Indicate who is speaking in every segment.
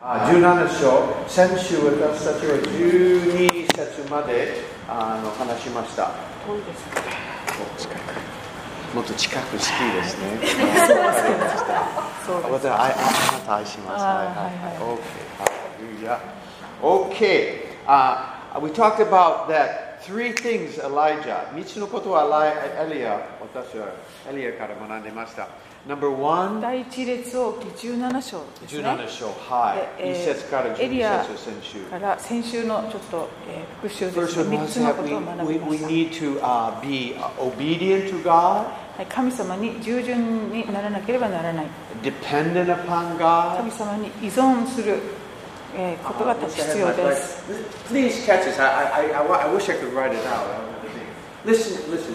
Speaker 1: あ17章、先週私たちは12節まであの話しました。もっと近く好きですね。そう私あああなた愛します。はいはいはい。OK。Hallelujah. OK. Uh, we talked about that three things Elijah. 3つのことはエリア、私はエリアから学んでました。Number one.
Speaker 2: 第一列王記17章ですね
Speaker 1: 17章、はい。
Speaker 2: でえ
Speaker 1: 1
Speaker 2: ー
Speaker 1: 節から
Speaker 2: エ
Speaker 1: 12
Speaker 2: リア
Speaker 1: 節先週。
Speaker 2: から先週のちょっと、えー復習で
Speaker 1: First
Speaker 2: す
Speaker 1: of
Speaker 2: ね
Speaker 1: all,
Speaker 2: 3つのことを
Speaker 1: that we,
Speaker 2: 学
Speaker 1: we,
Speaker 2: びま
Speaker 1: we
Speaker 2: した、
Speaker 1: need to uh, be uh, obedient to God,
Speaker 2: はい、神様に従順にならなければならない
Speaker 1: dependent upon
Speaker 2: 神
Speaker 1: God.
Speaker 2: 様に依存する、えーことが
Speaker 1: Uh,
Speaker 2: 必要です
Speaker 1: Please catch this. I, I, I, wa- I wish I could write it out. I don't think. Listen, listen.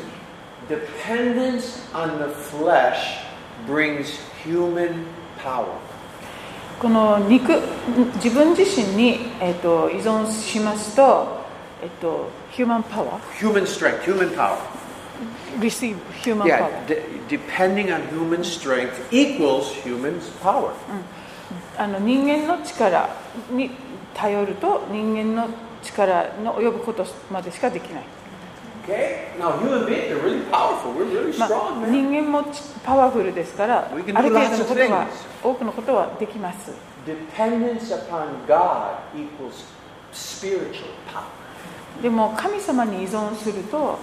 Speaker 1: Dependence on the flesh brings human power.
Speaker 2: この肉自分自身に、えー、と依存しますと,、えー、とヒューマンパワ
Speaker 1: Human strength, human power.
Speaker 2: ー receive ヒューマンパワ
Speaker 1: Yeah,
Speaker 2: ー
Speaker 1: de- depending on human strength equals human power.
Speaker 2: あの人間の力に頼ると人間の力の及ぶことまでしかできない、
Speaker 1: Okay? Now, human beings are really powerful. We're really
Speaker 2: まあ
Speaker 1: strong, man.
Speaker 2: 人間もちパワフルですから
Speaker 1: We can
Speaker 2: ある
Speaker 1: do
Speaker 2: 程度の
Speaker 1: lots
Speaker 2: こ
Speaker 1: of
Speaker 2: とは
Speaker 1: things.
Speaker 2: 多くのことはできます
Speaker 1: Dependence upon God equals spiritual power.
Speaker 2: でも神様に依存すると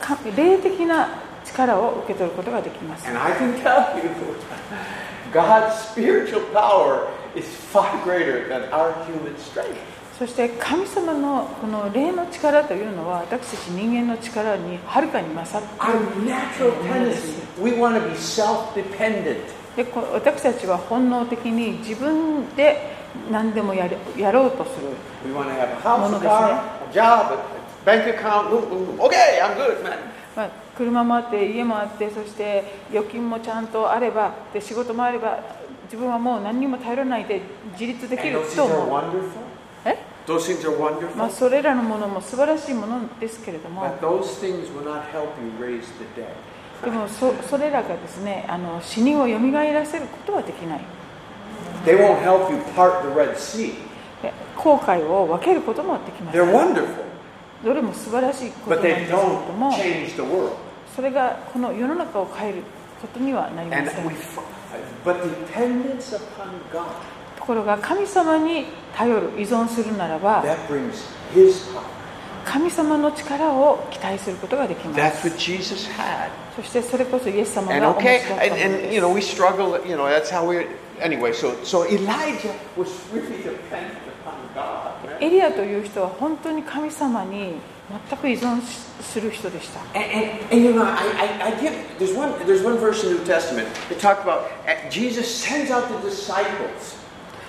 Speaker 2: か霊的な力を受け取ることができます
Speaker 1: And I can tell you, God's spiritual power is far greater than our human strength.
Speaker 2: そして神様のこの霊の力というのは私たち人間の力にはるかに勝ってい
Speaker 1: Our
Speaker 2: る
Speaker 1: natural tendency, we want to be self dependent.
Speaker 2: でこ私たちは本能的に自分で何でもやれやろうとする
Speaker 1: We want to have a house, a
Speaker 2: ものですね。
Speaker 1: car, a job, a bank account. Ooh, ooh, Okay, I'm good, man.
Speaker 2: まあ、車もあって家もあってそして預金もちゃんとあればで仕事もあれば自分はもう何にも頼らないで自立でき
Speaker 1: And
Speaker 2: る
Speaker 1: those things
Speaker 2: と
Speaker 1: are
Speaker 2: 思う、
Speaker 1: wonderful.
Speaker 2: え
Speaker 1: Those things are
Speaker 2: まあ、
Speaker 1: wonderful.
Speaker 2: それらのものも素晴らしいものですけれども
Speaker 1: But those things will not help you raise the dead.
Speaker 2: でもそそれらがですねあの死人をよみがえらせることはできない
Speaker 1: They won't help you part the Red Sea.
Speaker 2: で後悔を分けることもできま
Speaker 1: They're
Speaker 2: せん
Speaker 1: wonderful,
Speaker 2: どれも素晴らしいことな
Speaker 1: but
Speaker 2: んですけ
Speaker 1: they
Speaker 2: れど
Speaker 1: don't
Speaker 2: も
Speaker 1: change the world.
Speaker 2: それがこの世の中を変えることにはなりま
Speaker 1: And
Speaker 2: せん
Speaker 1: we, but dependence upon God
Speaker 2: ところが神様に頼る依存するならば
Speaker 1: that brings His power.
Speaker 2: 神様の力を期待することができま
Speaker 1: That's
Speaker 2: す
Speaker 1: what Jesus had.
Speaker 2: そしてそれこそイエス様
Speaker 1: And
Speaker 2: がお持ちだ
Speaker 1: okay,
Speaker 2: ったもの
Speaker 1: and, and you know
Speaker 2: で
Speaker 1: we struggle. You know that's how we. Anyway, so so Elijah was really dependent upon God.
Speaker 2: す
Speaker 1: man.
Speaker 2: エリアという人は本当に神様に全く依存しする人でした
Speaker 1: And, and, and you know, I, I, I get there's one there's one verse in the New Testament that talks about uh, Jesus sends out the disciples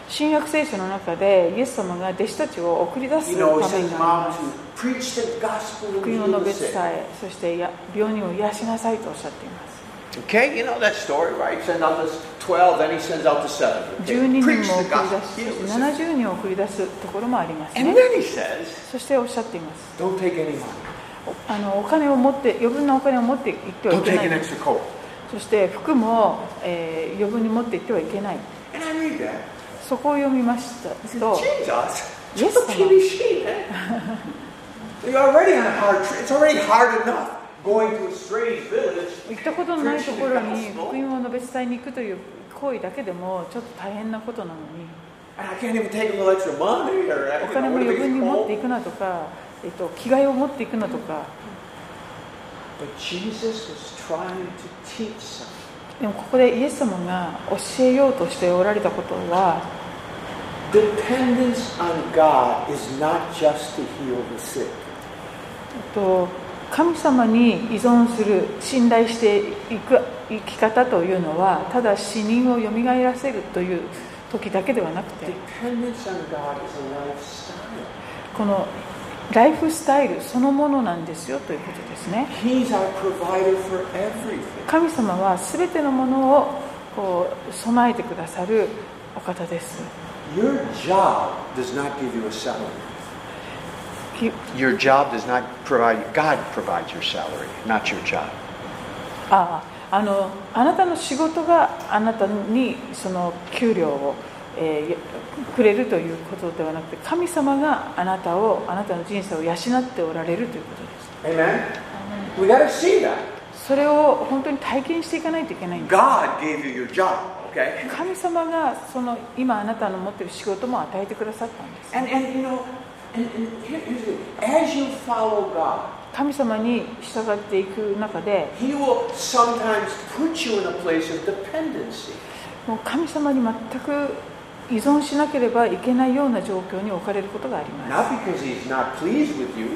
Speaker 2: 新約聖書の中でイエス様が弟子たちを送り出す
Speaker 1: You
Speaker 2: た
Speaker 1: know,
Speaker 2: め
Speaker 1: he sends
Speaker 2: になり
Speaker 1: them
Speaker 2: ま
Speaker 1: out
Speaker 2: す
Speaker 1: to preach the gospel
Speaker 2: 福
Speaker 1: and
Speaker 2: 音
Speaker 1: heal
Speaker 2: を
Speaker 1: the
Speaker 2: 述べ
Speaker 1: sick.
Speaker 2: 伝えそしてや病人を癒しなさいとおっしゃっています
Speaker 1: Okay, you know that story, right? He sends out the 12, then he sends out the 7.
Speaker 2: 12
Speaker 1: Okay? Preach
Speaker 2: 人も送
Speaker 1: the gospel, heal the
Speaker 2: り出しそして
Speaker 1: sick.
Speaker 2: 70人を送り出すところもあります
Speaker 1: And
Speaker 2: ね
Speaker 1: then he says,
Speaker 2: そしておっしゃっています
Speaker 1: don't take any money.
Speaker 2: おあのお金を持って余分なお金を持って行っては
Speaker 1: Don't
Speaker 2: いけ
Speaker 1: take
Speaker 2: な
Speaker 1: an
Speaker 2: い
Speaker 1: extra coat.
Speaker 2: そして服も、えー余分に持って行ってはいけない
Speaker 1: And I read that.
Speaker 2: そこを読みました
Speaker 1: I said,
Speaker 2: と
Speaker 1: Jesus,
Speaker 2: Oh. Yes,
Speaker 1: don't
Speaker 2: come
Speaker 1: give
Speaker 2: on.
Speaker 1: me shit, man. You're already on a hard trip. It's already hard enough going to a strange village.
Speaker 2: 行ったことのないところ
Speaker 1: Preaching the
Speaker 2: に福
Speaker 1: gospel.
Speaker 2: 音を述べ伝えに行くという行為だけでもちょっと大変なことなのに
Speaker 1: And I can't even take a little extra money or
Speaker 2: お
Speaker 1: you
Speaker 2: 金
Speaker 1: know,
Speaker 2: も
Speaker 1: what
Speaker 2: 余
Speaker 1: if
Speaker 2: 分に
Speaker 1: it's
Speaker 2: 持っ
Speaker 1: cold?
Speaker 2: ていくなとか、えっと、着替えを持っていくなとか
Speaker 1: But Jesus was trying to teach something.
Speaker 2: でもここでイエス様が教えようとしておられたことは
Speaker 1: Dependence on God is not just to heal the sick.
Speaker 2: えっと神様に依存する信頼していく生き方というのはただ死人をよみがえらせるという時だけではなくて
Speaker 1: Dependence on God is a lifestyle.
Speaker 2: このライフスタイルそのものなんですよということですね
Speaker 1: He's our provider for everything.
Speaker 2: 神様は全てのものをこう備えてくださるお方です
Speaker 1: Your job does not give you a salary.
Speaker 2: き
Speaker 1: Your job does not provide, God provides your salary, not your job.
Speaker 2: あああのあなたの仕事があなたにその給料をえーくれるということではなくて神様があなたをあなたの人生を養っておられるということで
Speaker 1: Amen? We gotta see that.
Speaker 2: すそれを本当に体験していかないといけないんです
Speaker 1: God gave you your job, okay?
Speaker 2: 神様がその今あなたの持ってる仕事も与えてくださったんです
Speaker 1: And, and you know, and, and here- here's the thing. as you follow God,
Speaker 2: 神様に従っていく中で
Speaker 1: He will sometimes put you in a place of dependency.
Speaker 2: もう神様に全く依存しなければいけないような状況に置かれることがあります
Speaker 1: Not because He's not pleased with you,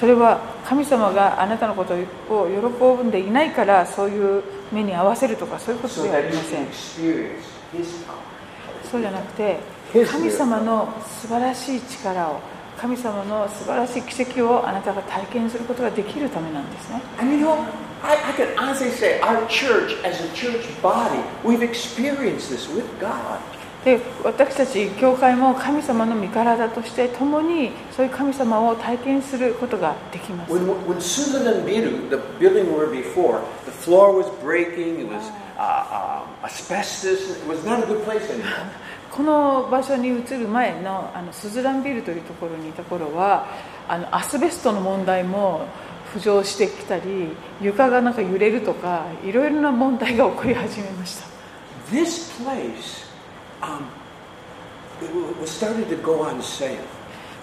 Speaker 2: それは神様があなたのことを喜んでいないからそういう目に合わせるとかそういうこと
Speaker 1: so
Speaker 2: ではあ
Speaker 1: that
Speaker 2: り
Speaker 1: you
Speaker 2: ません
Speaker 1: can experience His power.
Speaker 2: そうじゃなくて
Speaker 1: His will
Speaker 2: 神様の素晴らしい力を神様の素晴らしい奇跡をあなたが体験することができるためなんですね
Speaker 1: And you know, I, I can honestly say our church, as a church body, we've experienced this with God.
Speaker 2: で私たち教会も神様の身体として共にそういう神様を体験することができます
Speaker 1: When, when Susan and Biru, the building we were before, the floor was breaking, it was uh, um, asbestos, it was not a good place anymore.
Speaker 2: この場所に移る前のあのスズランビルというところにいた頃はあのアスベストの問題も浮上してきたり床がなんか揺れるとかいろいろな問題が起こり始めました
Speaker 1: This place um, it, w- was started to go on sale.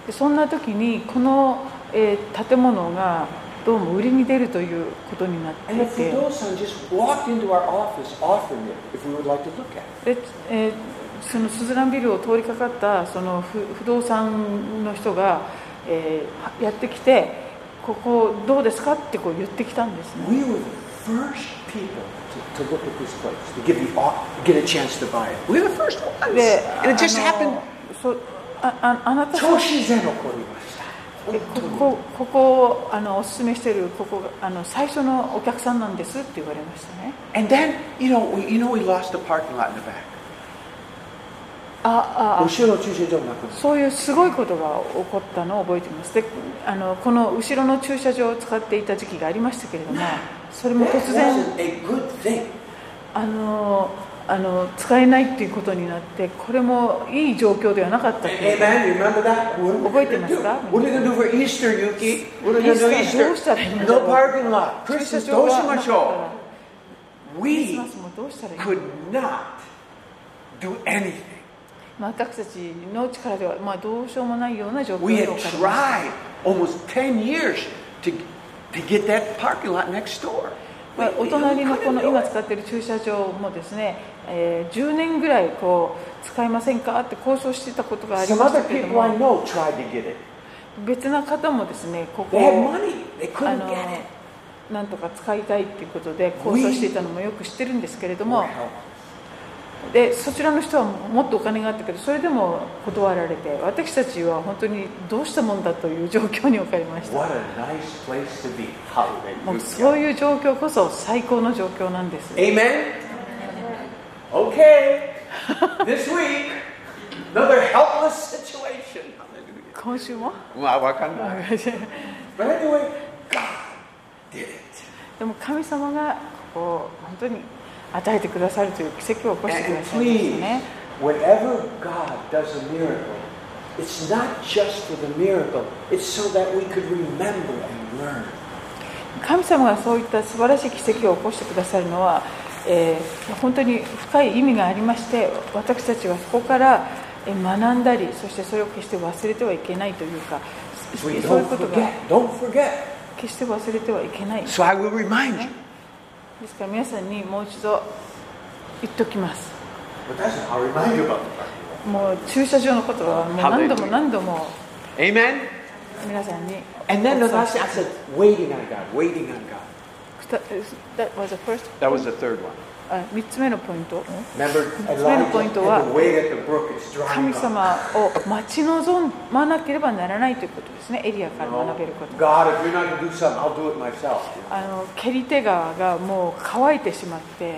Speaker 2: でそんな時にこの、えー建物がどうも売りに出るということになって
Speaker 1: And
Speaker 2: い
Speaker 1: the
Speaker 2: て
Speaker 1: Fudosan just walked into our office offering it if we would like to look at it.
Speaker 2: で、えーそのスズランビルを通りかかったその不不動産の人が、えーやってきてここどうですかってこう言ってきたんですね
Speaker 1: We were the first people to, to look at this place, to give the au- get a chance to buy it. We were the first ones.
Speaker 2: で、
Speaker 1: and it just
Speaker 2: あの
Speaker 1: happened.
Speaker 2: そうあああなたさんえここここをあのおすすめしてるここがあの最初のお客さんなんですって言われましたね
Speaker 1: And then, you know, we, you know, we lost the parking lot in the back. Ah.
Speaker 2: ああ
Speaker 1: 後ろの駐車場なくなった。
Speaker 2: そういうすごいことが起こったのを覚えていますであのこの後ろの駐車場を使っていた時期がありましたけれどもそれも
Speaker 1: That
Speaker 2: 突然
Speaker 1: wasn't a good thing.
Speaker 2: あのあの使えないっていうことになってこれもいい状況ではなかったっていう
Speaker 1: Amen. You remember that? What are we going to do?
Speaker 2: 覚えてますか？
Speaker 1: What are we going to do for Easter, Yuki? What are we going to do
Speaker 2: イースター
Speaker 1: Easter?
Speaker 2: どうしたらいいんだろう？
Speaker 1: No parking lot.
Speaker 2: 駐車
Speaker 1: Christmas, ど
Speaker 2: 場がなかったら
Speaker 1: うしましょう？
Speaker 2: クリス
Speaker 1: We
Speaker 2: マスもどうしたらいい
Speaker 1: could not do anything.
Speaker 2: まあ私たちの力では、まあ、どうしようもないような状況
Speaker 1: We
Speaker 2: に置
Speaker 1: had
Speaker 2: かれました
Speaker 1: tried almost 10 years to, to get that parking lot next door.
Speaker 2: まあ
Speaker 1: We-
Speaker 2: お
Speaker 1: we-
Speaker 2: 隣
Speaker 1: we
Speaker 2: の
Speaker 1: couldn't
Speaker 2: この
Speaker 1: do
Speaker 2: 今
Speaker 1: it.
Speaker 2: 使ってる駐車場もですね、えー10年ぐらいこう使いませんかって交渉してたことがあり
Speaker 1: Some
Speaker 2: まし
Speaker 1: other
Speaker 2: たけれど
Speaker 1: people I
Speaker 2: も
Speaker 1: know tried to get it.
Speaker 2: 別な方もですねここ
Speaker 1: They had
Speaker 2: を
Speaker 1: money. They
Speaker 2: あ
Speaker 1: couldn't
Speaker 2: の
Speaker 1: get it.
Speaker 2: なんとか使いたいっていうことで交渉していたのもよく知ってるんですけれど
Speaker 1: More
Speaker 2: も
Speaker 1: help.
Speaker 2: でそちらの人はもっとお金があったけどそれでも断られて私たちは本当にどうしたもんだという状況に置かれまし た
Speaker 1: What a nice place to be.
Speaker 2: もうそう
Speaker 1: Hallelujah.
Speaker 2: いう状況こそ最高の状況なんです
Speaker 1: Amen. Okay. this week, another helpless situation. Hallelujah.
Speaker 2: 今週も
Speaker 1: But anyway, God did it.
Speaker 2: でも神様がここを本当に与えてくださるという奇跡を起こしてくだ
Speaker 1: And
Speaker 2: さいまし
Speaker 1: please,
Speaker 2: たね
Speaker 1: whenever God does a miracle, it's not just for the miracle, it's so that we could remember and learn.
Speaker 2: 神様がそういった素晴らしい奇跡を起こしてくださるのは、えー本当に深い意味がありまして私たちはそこからえー学んだりそしてそれを決して忘れてはいけないというかそう
Speaker 1: We
Speaker 2: いう
Speaker 1: don't
Speaker 2: ことが
Speaker 1: forget. Don't forget.
Speaker 2: 決して忘れてはいけない
Speaker 1: So I will remind you.
Speaker 2: ですから皆さんにもう一度言っときます
Speaker 1: But that's not how I remind you about the parking lot.
Speaker 2: もう駐車場のことはもう何度も何度も
Speaker 1: Amen.
Speaker 2: 皆さんに
Speaker 1: And then the
Speaker 2: お伝え
Speaker 1: last thing
Speaker 2: して
Speaker 1: I said, waiting on God, waiting on God.
Speaker 2: ふた That was the first
Speaker 1: That was the third one.
Speaker 2: あ3つ目のポイント
Speaker 1: Remember, Elijah and
Speaker 2: 三つ目のポイントは、
Speaker 1: the way at the brook is drying
Speaker 2: 神
Speaker 1: up.
Speaker 2: 様を待ち望まなければならないということですねエリアから
Speaker 1: No.
Speaker 2: 学べること
Speaker 1: God, if you're not going to do something, I'll do it myself.
Speaker 2: あのケリテ川がもう乾いてしまって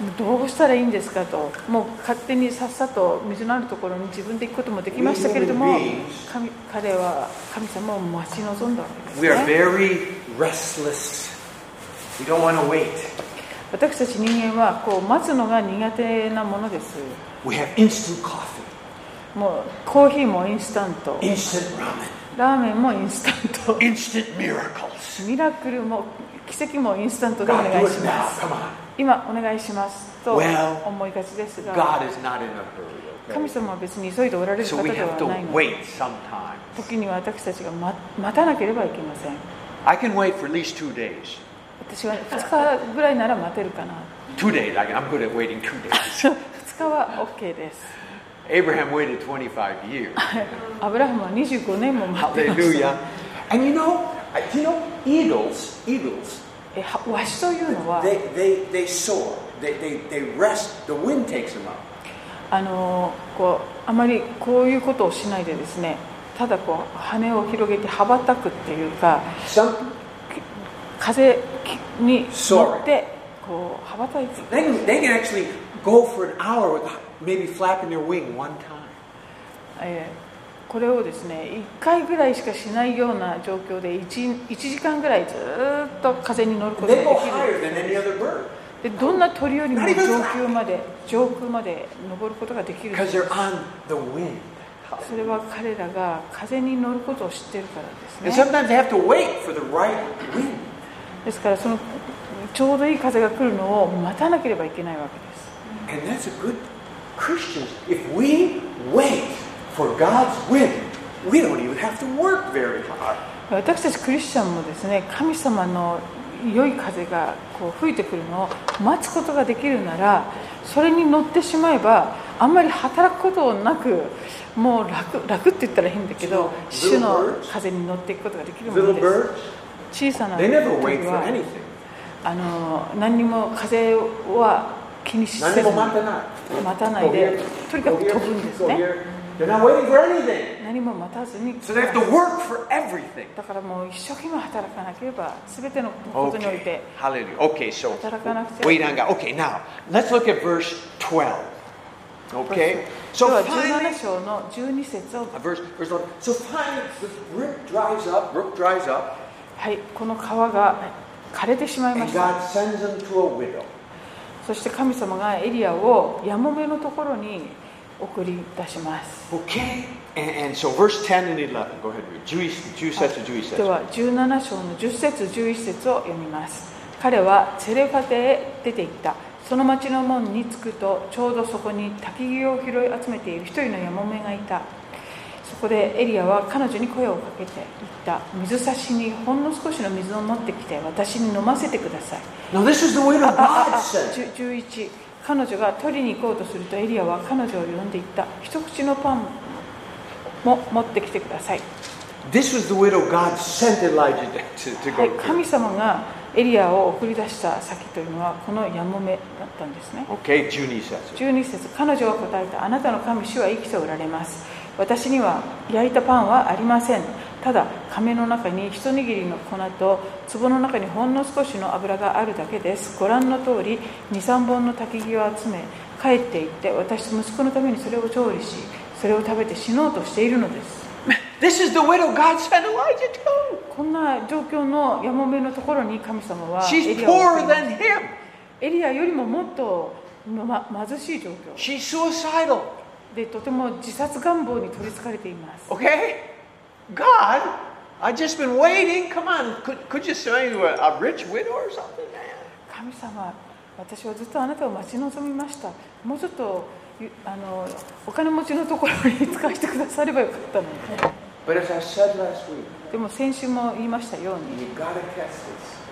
Speaker 2: もうどうしたらいいんですかともう勝手にさっさと水のあるところに自分で行くこともできましたけれども
Speaker 1: We human beings-
Speaker 2: 神彼は神様を待ち望んだわけです
Speaker 1: We are
Speaker 2: ね
Speaker 1: very restless. We don't want to wait.
Speaker 2: 私たち人間はこう待つのが苦手なものです
Speaker 1: We have instant coffee,
Speaker 2: もうコーヒーもインスタント
Speaker 1: instant ramen,
Speaker 2: ラーメンもインスタント
Speaker 1: instant miracles.
Speaker 2: ミラクルも奇跡もインスタントでお
Speaker 1: God,
Speaker 2: 願い
Speaker 1: do
Speaker 2: し
Speaker 1: it
Speaker 2: ま
Speaker 1: now.
Speaker 2: す
Speaker 1: Come on.
Speaker 2: 今お願いしますと
Speaker 1: Well,
Speaker 2: 思いがちですが
Speaker 1: God is not in a hurry.
Speaker 2: 神
Speaker 1: Okay?
Speaker 2: 様は別に急いでおられる方
Speaker 1: So we
Speaker 2: で
Speaker 1: have
Speaker 2: は
Speaker 1: to
Speaker 2: ないので
Speaker 1: wait sometime.
Speaker 2: 時には私たちが待待たなければいけません
Speaker 1: I can wait for at least two days.
Speaker 2: 私は2日ぐらいなら待てるかな
Speaker 1: Two days. I can, I'm good at waiting two days.
Speaker 2: 2日は OK です
Speaker 1: Abraham waited 25 years.
Speaker 2: アブラハムは25年も待ってました
Speaker 1: Hallelujah. And you know, I- you know, eagles, eagles,
Speaker 2: えはわしというのは
Speaker 1: they, they, they soar. They, they, they rest. The wind takes them up.
Speaker 2: あのこうあまりこういうことをしないでですねただこう羽を広げて羽ばたくっていうか
Speaker 1: Some,
Speaker 2: 風に乗
Speaker 1: Soaring.
Speaker 2: ってこう羽ばたいて
Speaker 1: they, can, they can actually go for an hour without maybe flapping their wing one time.
Speaker 2: えーこれをですね1回ぐらいしかしないような状況で 1, 1時間ぐらいずーっと風に乗ることが
Speaker 1: They
Speaker 2: で
Speaker 1: go
Speaker 2: きる
Speaker 1: higher than any other bird
Speaker 2: でどんな鳥よりも上空まで上空まで登ることができる
Speaker 1: because they're on the wind.
Speaker 2: それは彼らが風に乗ることを知ってるからで
Speaker 1: And
Speaker 2: すね
Speaker 1: sometimes they have to wait for the right wind.
Speaker 2: ですからそのちょうどいい風が来るのを待たなければいけないわけです
Speaker 1: And that's a good Christians. If we wait for God's wind, we don't even have to work very hard.
Speaker 2: 私たちクリスチャンもですね神様の良い風がこう吹いてくるのを待つことができるならそれに乗ってしまえばあんまり働くことなくもう楽楽って言ったら変だけど
Speaker 1: そ
Speaker 2: 主
Speaker 1: う little
Speaker 2: の
Speaker 1: birds
Speaker 2: 風に乗っていくことができるも
Speaker 1: Little
Speaker 2: のです
Speaker 1: birds,
Speaker 2: 小さな
Speaker 1: they
Speaker 2: 鳥
Speaker 1: never wait for
Speaker 2: は
Speaker 1: anything.
Speaker 2: あの何にも風は気にしずに待
Speaker 1: 何も待ってない。
Speaker 2: たない
Speaker 1: Go
Speaker 2: で
Speaker 1: here,
Speaker 2: とにか
Speaker 1: go
Speaker 2: く
Speaker 1: here,
Speaker 2: 飛ぶんです
Speaker 1: go
Speaker 2: ね
Speaker 1: here. They're not waiting for anything.
Speaker 2: 何も待たずに
Speaker 1: So they have to work for everything.
Speaker 2: だからもう一生懸命働かなければ全てのことにおいて、
Speaker 1: Hallelujah. Okay, so
Speaker 2: 働かなくて。
Speaker 1: wait on God. Okay, now let's look at verse 12. Okay?
Speaker 2: では
Speaker 1: So
Speaker 2: 17
Speaker 1: finally,
Speaker 2: 章の12節を、
Speaker 1: uh, verse, verse 11. So finally, the brook dries up, brook dries up.
Speaker 2: はい、この川が枯れてしまいま
Speaker 1: And
Speaker 2: した
Speaker 1: God sends them to a widow.
Speaker 2: そして神様がエリアをやもめのところに送り出します
Speaker 1: Okay. And, and so verse 10 and 11. Go ahead and read. Jewish, Jew says to Jew
Speaker 2: で
Speaker 1: says.
Speaker 2: は17章の10節11節を読みます彼はセレファテへ出て行ったその町の門に着くとちょうどそこに焚き木を拾い集めている一人のやもめがいたそこでエリアは彼女に声をかけて言った水差しにほんの少しの水を持ってきて私に飲ませてください
Speaker 1: No, this is the widow
Speaker 2: あ
Speaker 1: God
Speaker 2: ああ
Speaker 1: sent.
Speaker 2: 10 11彼女が取りに行こうとするとエリアは彼女を呼んでいった一口のパンも持ってきてください、
Speaker 1: This was the widow God sent Elijah to, to, to
Speaker 2: はい
Speaker 1: go、to.
Speaker 2: 神様がエリアを送り出した先というのはこのヤモメだったんですね
Speaker 1: Okay, Junie says it.
Speaker 2: 12節彼女は答えたあなたの神主は生きておられます私には焼いたパンはありませんただ亀の中に一握りの粉と壺の中にほんの少しの油があるだけですご覧の通り23本の焚き木を集め帰って行って私と息子のためにそれを調理しそれを食べて死のうとしているのです
Speaker 1: This is the widow God sent Elijah to.
Speaker 2: こんな状況のやもめのところに神様はエ
Speaker 1: She's
Speaker 2: リアを送
Speaker 1: poorer
Speaker 2: りまし
Speaker 1: than him.
Speaker 2: たエリアよりももっと、ま、貧しい状況
Speaker 1: She's suicidal.
Speaker 2: でとても自殺願望に取りつかれています
Speaker 1: Okay? God, I've just been waiting. Come on. Could, could you send me a, a rich widow or something? Man?
Speaker 2: 神様私はずっとあなたを待ち望みましたもうちょっとゆあのお金持ちのところに使わせてくださればよかったのに
Speaker 1: But as I said last week,
Speaker 2: でも先週も言いましたよう
Speaker 1: you
Speaker 2: に
Speaker 1: gotta catch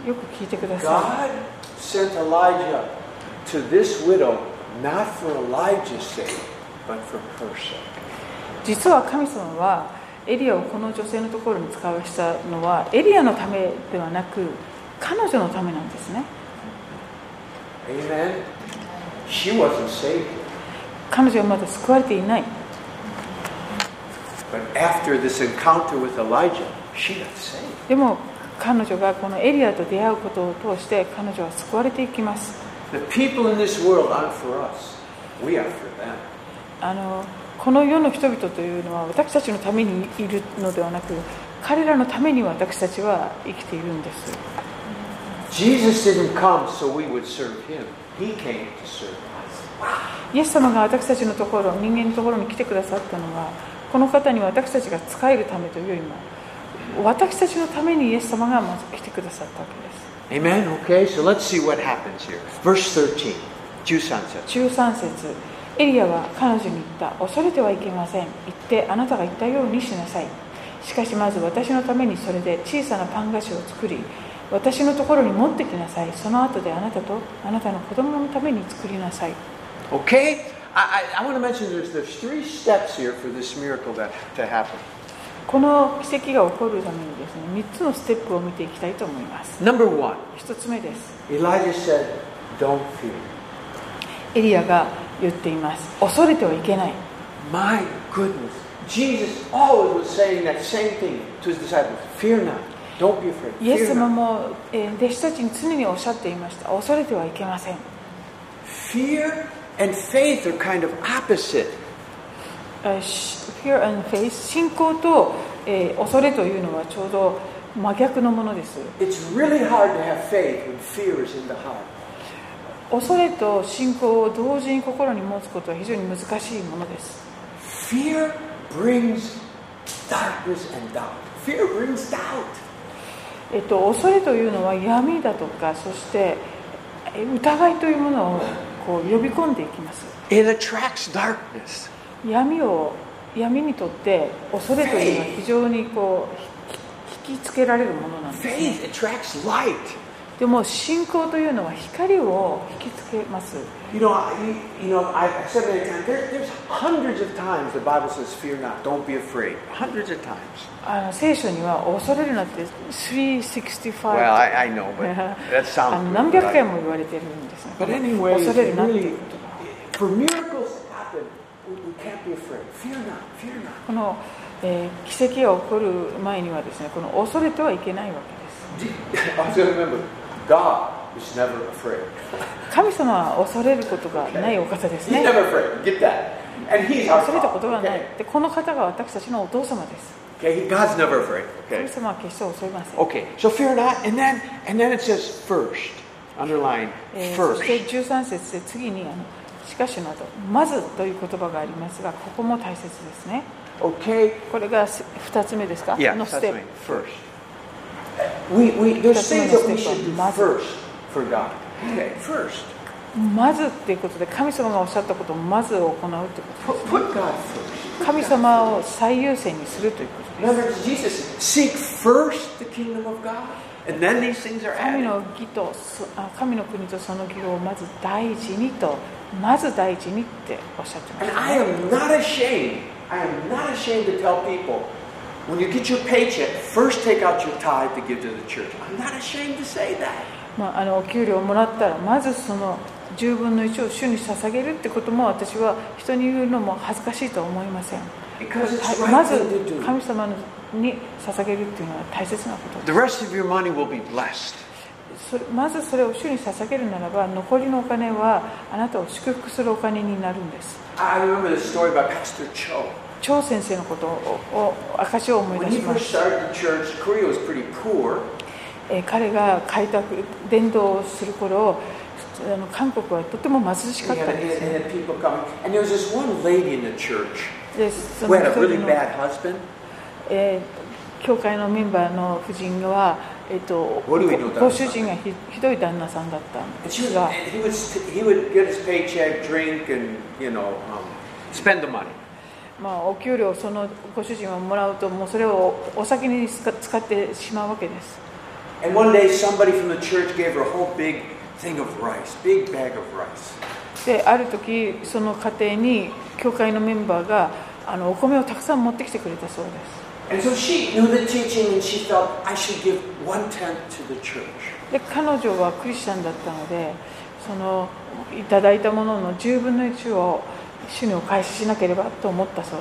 Speaker 1: this.
Speaker 2: よく聞いてくださ
Speaker 1: God sent Elijah to this widow not for Elijah's sake, but for her sake.
Speaker 2: い実は神様はエリアをこの女性のところに使わせたのはエリアのためではなく彼女のためなんですね
Speaker 1: Amen. She wasn't saved, yet.
Speaker 2: 彼女はまだ救われていない
Speaker 1: but after this encounter with Elijah, she got saved.
Speaker 2: でも彼女がこのエリアと出会うことを通して彼女は救われていきます
Speaker 1: The people in this world aren't for us; we are for them.
Speaker 2: あのこの世の人々というのは私たちのためにいるのではなく彼らのために私たちは生きているんです
Speaker 1: Jesus didn't come so we would serve him. He came to serve us.
Speaker 2: イエス様が私たちのところ、人間のところに来てくださったのは、この方に私たちが仕えるためというよりも、私たちのためにイエス様がまず来てくださったわけです。
Speaker 1: Amen? Okay, so let's see what happens here. Verse 13. 13節
Speaker 2: 13節エリアは彼女に言った恐れてはいけません言ってあなたが言ったようにしなさいしかしまず私のためにそれで小さなパン菓子を作り私のところに持ってきなさいその後であなたとあなたの子供のために作りなさい
Speaker 1: Okay? I, I, I want to mention there's, there's three steps here for this miracle that, to happen.
Speaker 2: この奇跡が起こるためにですね3つのステップを見ていきたいと思います
Speaker 1: Number one,
Speaker 2: 1つ目です
Speaker 1: Elijah said, Don't fear.
Speaker 2: エリアが言っています恐れてはいけない
Speaker 1: My goodness. Jesus always was saying that same thing to his disciples Fear not. Don't be afraid.
Speaker 2: イエス
Speaker 1: Fear
Speaker 2: 様
Speaker 1: not.
Speaker 2: も、えー弟子たちに常におっしゃっていました恐れてはいけません
Speaker 1: Fear and faith are kind of opposite.
Speaker 2: えーし Fear and faith 信仰と、えー恐れというのはちょうど真逆のものです
Speaker 1: It's really hard to have faith when fear is in the heart.
Speaker 2: 恐れと信仰を同時に心に持つことは非常に難しいものです
Speaker 1: Fear brings darkness and doubt. Fear brings doubt.
Speaker 2: えっと、恐れというのは闇だとかそしてえー疑いというものをこう呼び込んでいきます
Speaker 1: It attracts darkness.
Speaker 2: 闇を闇にとって恐れというのは非常にこうひ引きつけられるものなんです、ね、
Speaker 1: Faith attracts light.
Speaker 2: でも信仰というのは光を引きつけます
Speaker 1: You know, I, you- you know, I- I've said many times. There, there's hundreds of times the Bible says, "Fear not, don't be afraid." Hundreds of times.
Speaker 2: あの聖書には恐れるなって365
Speaker 1: Well, I, I know, but that
Speaker 2: あ
Speaker 1: sounds. good,
Speaker 2: の何
Speaker 1: but
Speaker 2: 百
Speaker 1: I-
Speaker 2: 回も言われてるんですね
Speaker 1: But anyway,
Speaker 2: 恐れる
Speaker 1: it
Speaker 2: なっていう
Speaker 1: really, for miracles to happen, we, we can't be afraid. Fear not, fear not.
Speaker 2: この、えー奇跡が起こる前にはですねこの恐れてはいけないわけです
Speaker 1: Also remember, God is never afraid.
Speaker 2: 神様は恐れることがないお方です
Speaker 1: He's
Speaker 2: ね
Speaker 1: never afraid. Get that. And He's our
Speaker 2: 恐れたこと
Speaker 1: Father.
Speaker 2: がない
Speaker 1: Okay.
Speaker 2: でこの方が私たちのお父様です
Speaker 1: okay. God's never afraid. Okay.
Speaker 2: 神様は決して恐れません、
Speaker 1: Okay. So fear not, and then and then it says first. Underline
Speaker 2: えーそし
Speaker 1: first.
Speaker 2: て13節で次にあのしかしなどまずという言葉がありますがここも大切ですね
Speaker 1: Okay.
Speaker 2: これが2つ目ですか
Speaker 1: Yeah.
Speaker 2: のス
Speaker 1: That's
Speaker 2: テップ
Speaker 1: right. First. We, we there's
Speaker 2: That's my
Speaker 1: things that we
Speaker 2: step
Speaker 1: should
Speaker 2: one.
Speaker 1: do
Speaker 2: Mother.
Speaker 1: first for God. Okay. First.
Speaker 2: まずっていうことで神様がおっしゃったことをまず行うってこ
Speaker 1: Put, put God first.
Speaker 2: と神様を最優先にするということで
Speaker 1: Remember
Speaker 2: す
Speaker 1: Jesus said, seek first the kingdom of God, and then these things are added.
Speaker 2: 神の義とそあ神の国とその義をまず第一にとまず第一にっておっしゃってま
Speaker 1: And
Speaker 2: した
Speaker 1: I
Speaker 2: ね
Speaker 1: am not ashamed. I am not ashamed to tell people when you get your paycheck, first take out your tithe to give to the church. I'm not ashamed to say that.
Speaker 2: まあ、あのお給料をもらったらまずその10分の1を主に捧げるってことも私は人に言うのも恥ずかしいとは思いません
Speaker 1: Because it's
Speaker 2: はい
Speaker 1: the
Speaker 2: ま
Speaker 1: right
Speaker 2: ず
Speaker 1: thing to do.
Speaker 2: 神様に捧げるっていうのは大切なことで
Speaker 1: The rest of your money will be blessed.
Speaker 2: すそれまずそれを主に捧げるならば残りのお金はあなたを祝福するお金になるんです
Speaker 1: I remember the story about Pastor Cho.
Speaker 2: 張先生のことをを証しを思い
Speaker 1: When
Speaker 2: 出
Speaker 1: he
Speaker 2: しま
Speaker 1: first
Speaker 2: す、
Speaker 1: started the church, Korea was pretty poor.
Speaker 2: えー彼が開拓伝道をする頃あの韓国はとても貧し
Speaker 1: He
Speaker 2: かっ
Speaker 1: had,
Speaker 2: たん
Speaker 1: he
Speaker 2: で
Speaker 1: had- he
Speaker 2: すね
Speaker 1: had people coming. And there was this one lady in the church
Speaker 2: でそ
Speaker 1: who
Speaker 2: の
Speaker 1: had a
Speaker 2: 一
Speaker 1: really
Speaker 2: 人の
Speaker 1: bad husband.
Speaker 2: えー教会のメンバーの夫人は、えっと、ご
Speaker 1: What do we know
Speaker 2: ご主人がひひどい旦那さんだったん
Speaker 1: And
Speaker 2: で
Speaker 1: she
Speaker 2: す
Speaker 1: was,
Speaker 2: が、
Speaker 1: and he would he would get his paycheck, drink, and you know, um, spend the money.
Speaker 2: まあ、お給料をそのご主人はもらうともうそれをお酒に使使ってしまうわけです
Speaker 1: And one day, somebody from the church gave her a whole big thing of rice, big bag of rice.
Speaker 2: である時その家庭に教会のメンバーがあのお米をたくさん持ってきてくれたそうです
Speaker 1: And so she knew the teaching, and she felt I should give one tenth to the church.
Speaker 2: で彼女はクリスチャンだったのでそのいただいたものの10分の1を主にお返ししなければと思ったそう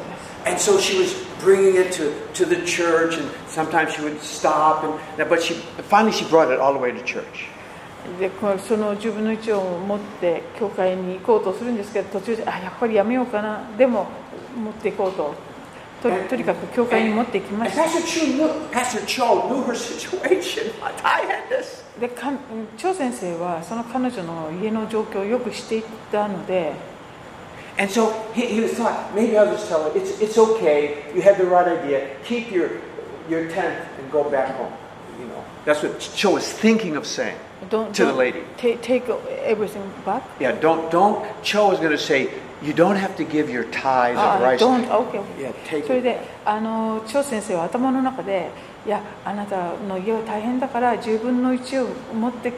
Speaker 2: です
Speaker 1: And so she was bringing it to, to the church, and sometimes she would stop, and but she finally she brought it all the way to church.
Speaker 2: でこうその10分の1を持って教会に行こうとするんですけど途中であやっぱりやめようかなでも持っていこうとととにかく教会に持っていきま
Speaker 1: And
Speaker 2: した
Speaker 1: Pastor Chu knew, Pastor Cho knew her situation. I had this.
Speaker 2: でかん張先生はその彼女の家の状況をよく知っていたので
Speaker 1: And so he, he thought, maybe I'll just tell her, it's, it's okay, you had the right idea, keep your, your tent and go back home. You know, That's what Cho was thinking of saying
Speaker 2: Don't-
Speaker 1: to the
Speaker 2: don't
Speaker 1: lady.
Speaker 2: take, take everything back.
Speaker 1: Yeah, don't, don't, Cho was going to say, you don't have to give your tithes
Speaker 2: あ
Speaker 1: of rice.
Speaker 2: Ah, don't, okay.
Speaker 1: Yeah, take
Speaker 2: それであの張先生は頭の中で「いやあなたの家は大変だから10分の1を持って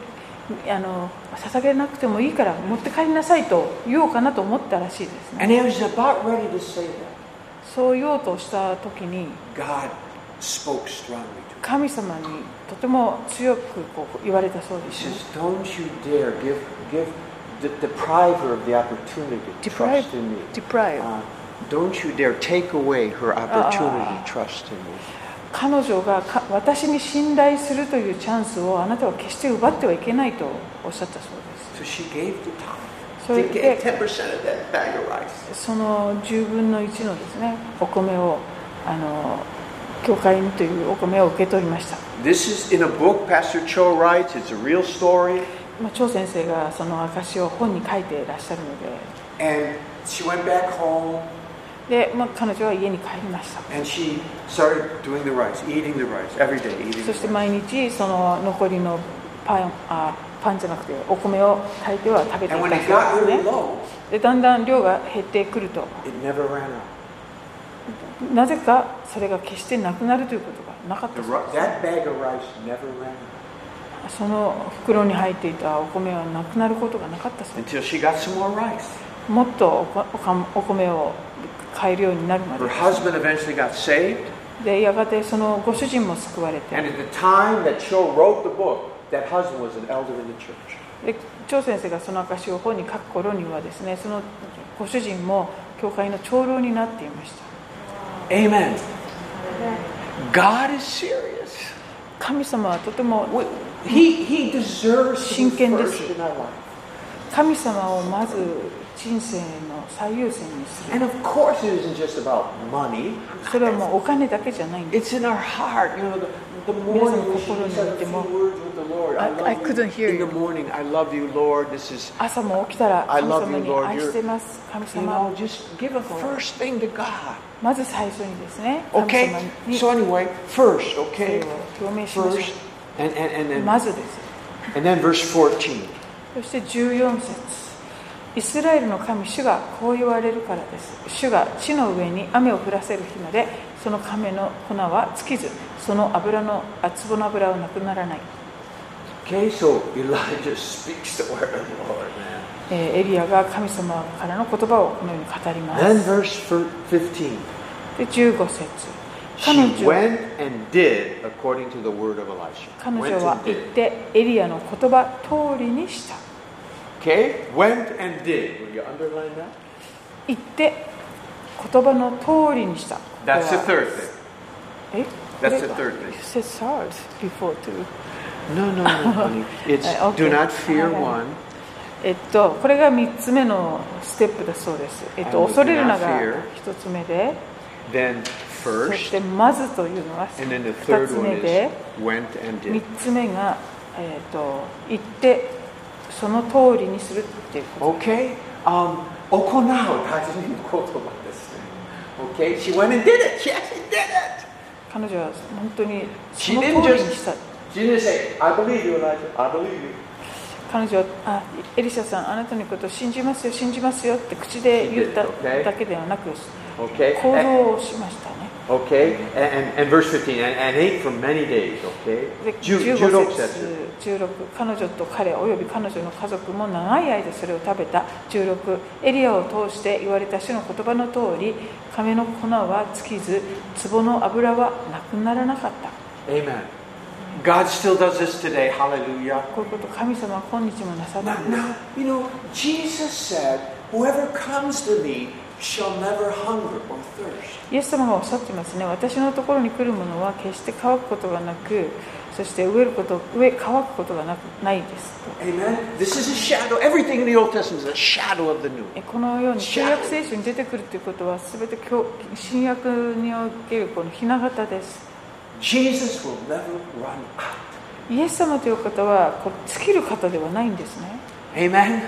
Speaker 2: あの捧げなくてもいいから持って帰りなさい」と言おうかなと思ったらしいですね
Speaker 1: And he was about ready to say that.
Speaker 2: そう言おうとした時に
Speaker 1: God spoke strongly to him.
Speaker 2: 神様にとても強くこう言われたそうで
Speaker 1: He
Speaker 2: すね
Speaker 1: says, don't you dare give, give, de- deprive her of the opportunity to trust in me.
Speaker 2: deprive
Speaker 1: Uh, don't you dare take away her opportunity
Speaker 2: Ah.
Speaker 1: to trust in me.
Speaker 2: 彼女がか私に信頼するというチャンスをあなたは決して奪ってはいけないとおっしゃったそうです
Speaker 1: So she gave the time.
Speaker 2: So
Speaker 1: she
Speaker 2: it-
Speaker 1: gave 10% of that bag of rice.
Speaker 2: その10分の1のですねお米をあの教会にというお米を受け取りました、
Speaker 1: This is in a book Pastor Cho writes. It's a real story.
Speaker 2: まあ、張先生がその証しを本に書いていらっしゃるの
Speaker 1: And she went back home
Speaker 2: でで、まあ、彼女は家に帰りました
Speaker 1: and she started doing the rice, eating the rice every day, eating
Speaker 2: そし
Speaker 1: the
Speaker 2: て
Speaker 1: rice.
Speaker 2: 毎日その残りのパンあパンじゃなくてお米を炊いては食べてい
Speaker 1: And
Speaker 2: た
Speaker 1: when it got
Speaker 2: そうです
Speaker 1: really
Speaker 2: ね
Speaker 1: low,
Speaker 2: でだんだん量が減ってくると
Speaker 1: it never ran out.
Speaker 2: なぜかそれが決してなくなるということがなかっ
Speaker 1: The
Speaker 2: たそう
Speaker 1: ri- that bag of rice never ran out
Speaker 2: その袋に入っていたお米はなくなることがなかったそうです
Speaker 1: until she got some more rice.
Speaker 2: もっとおこおかお米を買えるようになるま
Speaker 1: Her
Speaker 2: で
Speaker 1: husband eventually got saved,
Speaker 2: でやがてそのご主人も救われ
Speaker 1: and
Speaker 2: て
Speaker 1: at the time that Cho wrote the book, that husband was an elder in the church.
Speaker 2: で張先生がその証を本に書く頃にはですねそのご主人も教会の長老になっていました
Speaker 1: Amen. God is serious.
Speaker 2: 神様はとても
Speaker 1: We- He, he deserves to be
Speaker 2: 真剣です。
Speaker 1: first in our life.
Speaker 2: 神様をまず人生の最優先にする
Speaker 1: And of course, it isn't just about money.
Speaker 2: それはもうお金だけじゃないんです
Speaker 1: It's in our heart. You know, the, the morning we should just have a few words with
Speaker 2: 皆さんの心においても、
Speaker 1: the Lord.
Speaker 2: I-
Speaker 1: love
Speaker 2: I couldn't hear
Speaker 1: In the
Speaker 2: you.
Speaker 1: morning, I love you, Lord. This is,
Speaker 2: 朝も起きたら
Speaker 1: I
Speaker 2: 神
Speaker 1: love
Speaker 2: 様
Speaker 1: you,
Speaker 2: に
Speaker 1: Lord.
Speaker 2: 愛してます神
Speaker 1: you know,
Speaker 2: 様
Speaker 1: just give a first thing to God.
Speaker 2: まず最初にですね神
Speaker 1: Okay?
Speaker 2: 様
Speaker 1: So
Speaker 2: にそれを
Speaker 1: anyway, first, okay?
Speaker 2: 表明しまし
Speaker 1: First.
Speaker 2: ょ
Speaker 1: And, and,
Speaker 2: う
Speaker 1: and,
Speaker 2: ま
Speaker 1: then,
Speaker 2: ずです
Speaker 1: and then verse 14.
Speaker 2: そして14節イスラエルの神主がこう言われるからです主が地の上に雨を降らせる日までその亀の粉は尽きずその油の厚ぼの油はなくならない、
Speaker 1: Okay, so Elijah speaks the word of the Lord, man.
Speaker 2: えーエリアが神様からの言葉をこのように語りま
Speaker 1: Then
Speaker 2: す
Speaker 1: verse fir- 15.
Speaker 2: で15節彼
Speaker 1: She
Speaker 2: 女は
Speaker 1: went and did according to the word of Elisha.
Speaker 2: 彼
Speaker 1: Went
Speaker 2: 女
Speaker 1: and
Speaker 2: は行
Speaker 1: did.
Speaker 2: ってエリアの言葉通りにした
Speaker 1: Okay? Went and did. Will you underline that?
Speaker 2: 行って言葉の通りにした
Speaker 1: That's the
Speaker 2: これ
Speaker 1: third
Speaker 2: は
Speaker 1: thing.
Speaker 2: え
Speaker 1: That's the
Speaker 2: これが
Speaker 1: third thing.
Speaker 2: You said third before too
Speaker 1: No, no, no, honey. It's
Speaker 2: Uh, okay.
Speaker 1: do not fear
Speaker 2: Okay.
Speaker 1: one.
Speaker 2: えっと、これが3つ目のステップだそうです。えっ
Speaker 1: I will
Speaker 2: と、恐れるな
Speaker 1: do not
Speaker 2: が
Speaker 1: fear.
Speaker 2: 1つ目で、
Speaker 1: Then
Speaker 2: そ
Speaker 1: first.
Speaker 2: してまずというのは
Speaker 1: And then the
Speaker 2: 2
Speaker 1: third
Speaker 2: つ
Speaker 1: one
Speaker 2: 目で
Speaker 1: is、went and
Speaker 2: 3
Speaker 1: did.
Speaker 2: つ目が、えっと、言って、その通りにするっていうこと。
Speaker 1: Okay? Um, 行う。初めの言葉ですね。Okay? She went and did it. She actually did it.
Speaker 2: 彼女は本当にそ
Speaker 1: She
Speaker 2: の
Speaker 1: didn't
Speaker 2: 通りにし
Speaker 1: just.
Speaker 2: た。
Speaker 1: She didn't say, I believe you, Elijah. I believe you.
Speaker 2: 彼女はあ、エリシャさん、あなたのことを信じますよ、信じますよって口で言った
Speaker 1: She did, okay.
Speaker 2: だけではなく、
Speaker 1: Okay?
Speaker 2: 行
Speaker 1: And-
Speaker 2: 動をしましたね。
Speaker 1: Okay, and, and, and verse 15, and, and ate for many days, okay?
Speaker 2: で
Speaker 1: 16
Speaker 2: 15
Speaker 1: 節
Speaker 2: 節16彼女と彼および彼女の家族も長い間それを食べた16エリアを通して言われた主の言葉の通り亀の粉は尽きず壺の油はなくならなかった
Speaker 1: Amen. God still does this today, hallelujah.
Speaker 2: こういうこと神様は今日もなさる
Speaker 1: Now,
Speaker 2: んです
Speaker 1: now, you know, Jesus said, whoever comes to me,
Speaker 3: shall never hunger or thirst.
Speaker 2: イエス様がおっしゃってますね私のところに来るものは決して乾くことがなくそして植えること植え乾くことがなくないですと
Speaker 3: Amen?
Speaker 1: This is a shadow. Everything in the Old Testament is a shadow of the new.
Speaker 2: えこのように旧約聖書に出てくるということは全て教新約におけるこの雛形です
Speaker 3: Jesus will never run out.
Speaker 2: イエス様という方はこう尽きる方ではないんですね
Speaker 1: Amen.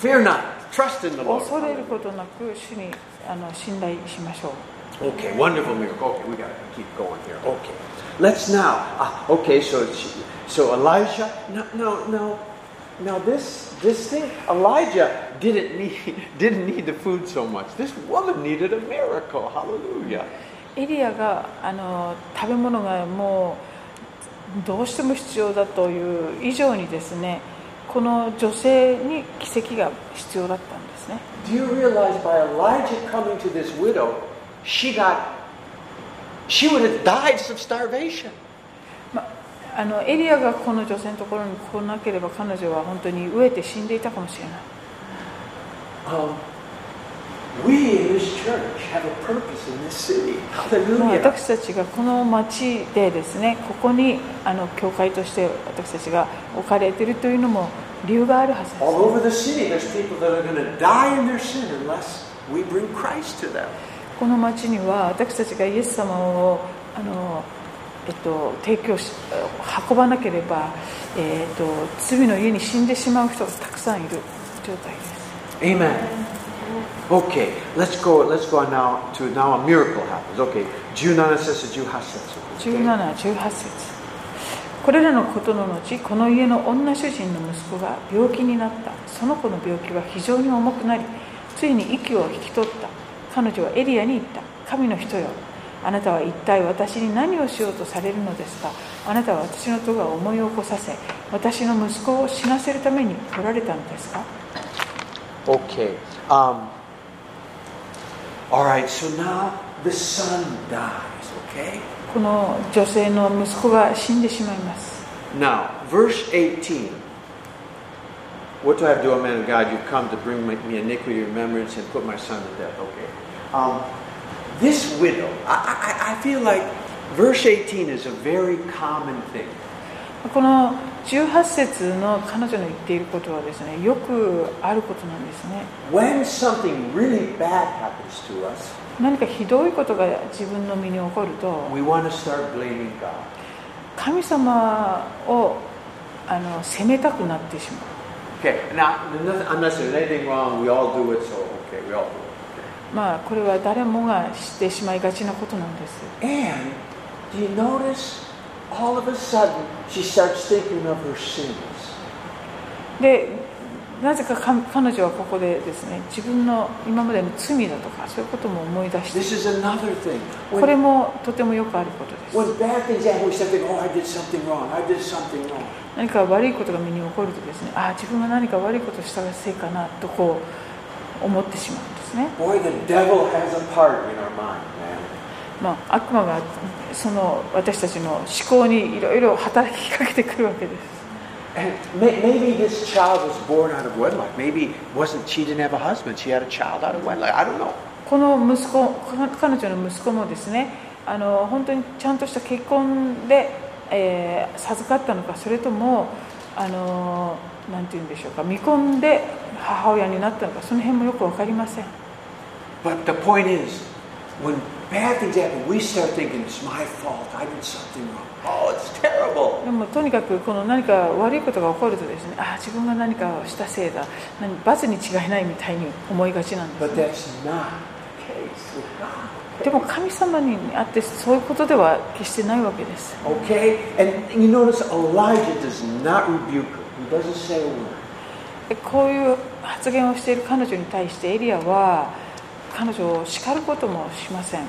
Speaker 1: Fear not. Trust in the Lord.
Speaker 2: 恐れることなく主にあの信頼しましょう
Speaker 1: Okay, wonderful miracle. Okay, we got to keep going here. Okay, let's now. ah, okay, so it's- so Elijah. No, no, no. Now this this thing Elijah didn't need didn't need the food so much. This woman needed a miracle. Hallelujah.
Speaker 2: エリアがあの食べ物がもうどうしても必要だという以上にですねこの女性に奇跡が必要だったんですね
Speaker 1: Do you realize by Elijah coming to this widow, she got she would have died of starvation.
Speaker 2: まあのエリアがこの女性のところに来なければ彼女は本当に飢えて死んでいたかもしれない
Speaker 3: Um, we in this church have a purpose in this city.
Speaker 2: まあ
Speaker 3: Hallelujah.
Speaker 2: 私たちがこの町でですねここにあの教会として私たちが置かれているというのも理由があるはずです
Speaker 3: All over the city, there's people that are going to die in their sin unless we bring Christ to them.
Speaker 2: この町には私たちがイエス様をあの、えっと、提供し運ばなければ、えっと、罪の家に死んでしまう人がたくさんいる状態です
Speaker 1: Amen. Okay, let's go. Let's go on now to now a miracle happens. Okay, 17節18節。
Speaker 2: 1718節これらのことの後この家の女主人の息子が病気になったその子の病気は非常に重くなりついに息を引き取った彼女はエリアに言った神の人よあなたは一体私に何をしようとされるのですかあなたは私の戸が思い起こさせ私の息子を死なせるために来られたのですか
Speaker 1: Okay. Um,
Speaker 3: All right, so now the son dies, okay?
Speaker 2: この女性の息子が死んでしまいます
Speaker 1: now, verse 18. What do I have to do, O man of God? You come to bring my, me iniquity, remembrance, and put my son to death. Okay. Um, this widow, I, I, I- I feel like verse 18 is a very common thing.
Speaker 2: この18節の彼女の言っていることはですねよくあることなんですね
Speaker 1: When something really bad happens to us,
Speaker 2: 何かひどいことが自分の身に起こると
Speaker 1: we want to start blaming God.
Speaker 2: 神様をあの責めたくなってしま
Speaker 1: Okay, now, I'm not saying there's anything wrong. We all do it, so okay, we all do it.
Speaker 2: うまあこれは誰もが知ってしまいがちなことなんです
Speaker 3: And do you notice all of a sudden she starts thinking of her sins?
Speaker 2: でなぜかか彼女はここでですね自分の今までの罪だとかそういうことも思い出して
Speaker 3: This is another thing.
Speaker 2: これ
Speaker 3: When,
Speaker 2: もとてもよくあることです
Speaker 3: when bad things happen, we start thinking, oh, I did something wrong. I did something wrong.
Speaker 2: 何か悪いことが身に起こるとですねああ自分が何か悪いことをしたせいかなとこう思ってしまうんですね
Speaker 3: Boy, the devil has a part in our mind, man.
Speaker 2: まあ、悪魔がその私たちの思考にいろいろ働きかけてくるわけです
Speaker 1: And may- maybe this child was born out of wedlock. Maybe it wasn't she didn't have a husband. She had a child out of wedlock. I don't know.
Speaker 2: この息子彼女の息子もですねあの本当にちゃんとした結婚で、えー授かったのかそれともあのなんて言うんでしょうか未婚で母親になったのかその辺もよく分かりません
Speaker 3: But the point is, when bad things happen, we start thinking, it's my fault. I did something wrong. Oh, it's terrible.
Speaker 2: でもとにかくこの何か悪いことが起こるとですねああ自分が何かをしたせいだ何罰に違いないみたいに思いがちなんです
Speaker 3: But that's not the case with God.
Speaker 2: でも神様にあってそういうことでは決してないわけです。
Speaker 3: Okay? And you notice Elijah does not rebuke her. He doesn't say a word.
Speaker 2: でこういう発言をしている彼女に対してエリアは彼女を叱ることもしません。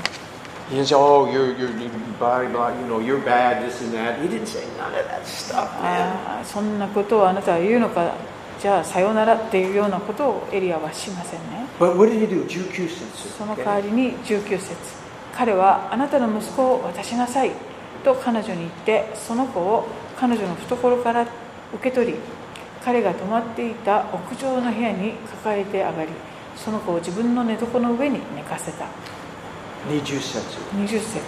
Speaker 1: He didn't say, oh, you're, you're, you blah, blah, you know, you're bad, this and that. He didn't say none of that stuff, man.
Speaker 2: ああそんなことをあなたは言うのかじゃあさようならっていうようなことをエリアはしませんね。
Speaker 1: But what did he do? 19 senses.
Speaker 2: その代わりに19節彼はあなたの息子を渡しなさいと彼女に言ってその子を彼女の懐から受け取り彼が泊まっていた屋上の部屋に抱えて上がりその子を自分の寝床の上に寝かせた
Speaker 4: 20節
Speaker 2: 20節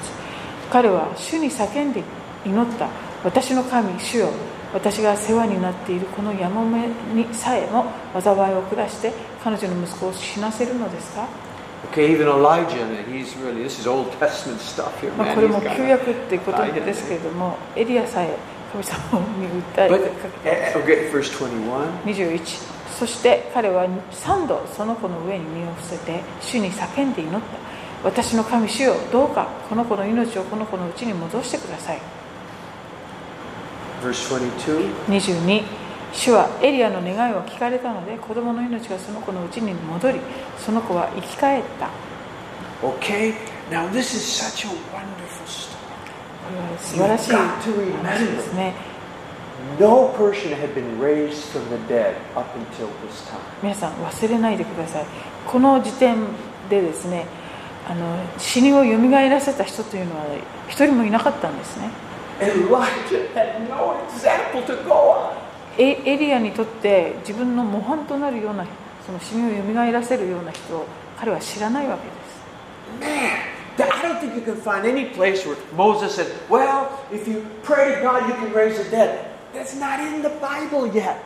Speaker 2: 彼は主に叫んで祈った私の神主よ私が世話になっているこのヤモメにさえも災いを下して彼女の息子を死なせるのですか、
Speaker 1: Okay, even Elijah, he's really, this is Old Testament stuff here,
Speaker 2: ま
Speaker 1: man.
Speaker 2: あ、これ
Speaker 1: He's
Speaker 2: も
Speaker 1: got it.
Speaker 2: 旧約っていうことですけれどもエリアさえ神様に訴
Speaker 1: But,
Speaker 2: えかけて
Speaker 1: eh, okay, verse 21.
Speaker 2: 21そして彼は3度その子の上に身を伏せて主に叫んで祈った私の神主よどうかこの子の命をこの子のうちに戻してください
Speaker 1: Verse 22.
Speaker 2: 22主はエリアの願いを聞かれたので子供の命がその子のうちに戻りその子は生き返った
Speaker 1: Okay, now this is such a wonderful story.
Speaker 2: これは素晴らし
Speaker 4: You've
Speaker 2: い
Speaker 4: got to
Speaker 2: 話で
Speaker 4: remember.
Speaker 2: すね
Speaker 4: No person had been raised from the dead up until this time.
Speaker 2: 皆さん忘れないでくださいこの時点でですねあの死人をよみがえらせた人というのは一人もいなかったんですね
Speaker 1: Elijah had no example to go on.
Speaker 2: エエリアにとって自分の模範となるようなその死人をよみがえらせるような人を彼は知らないわけです
Speaker 1: Man, th- I don't think you can find any place where Moses said, well, if you pray to God, you can raise the dead. That's not in the Bible yet.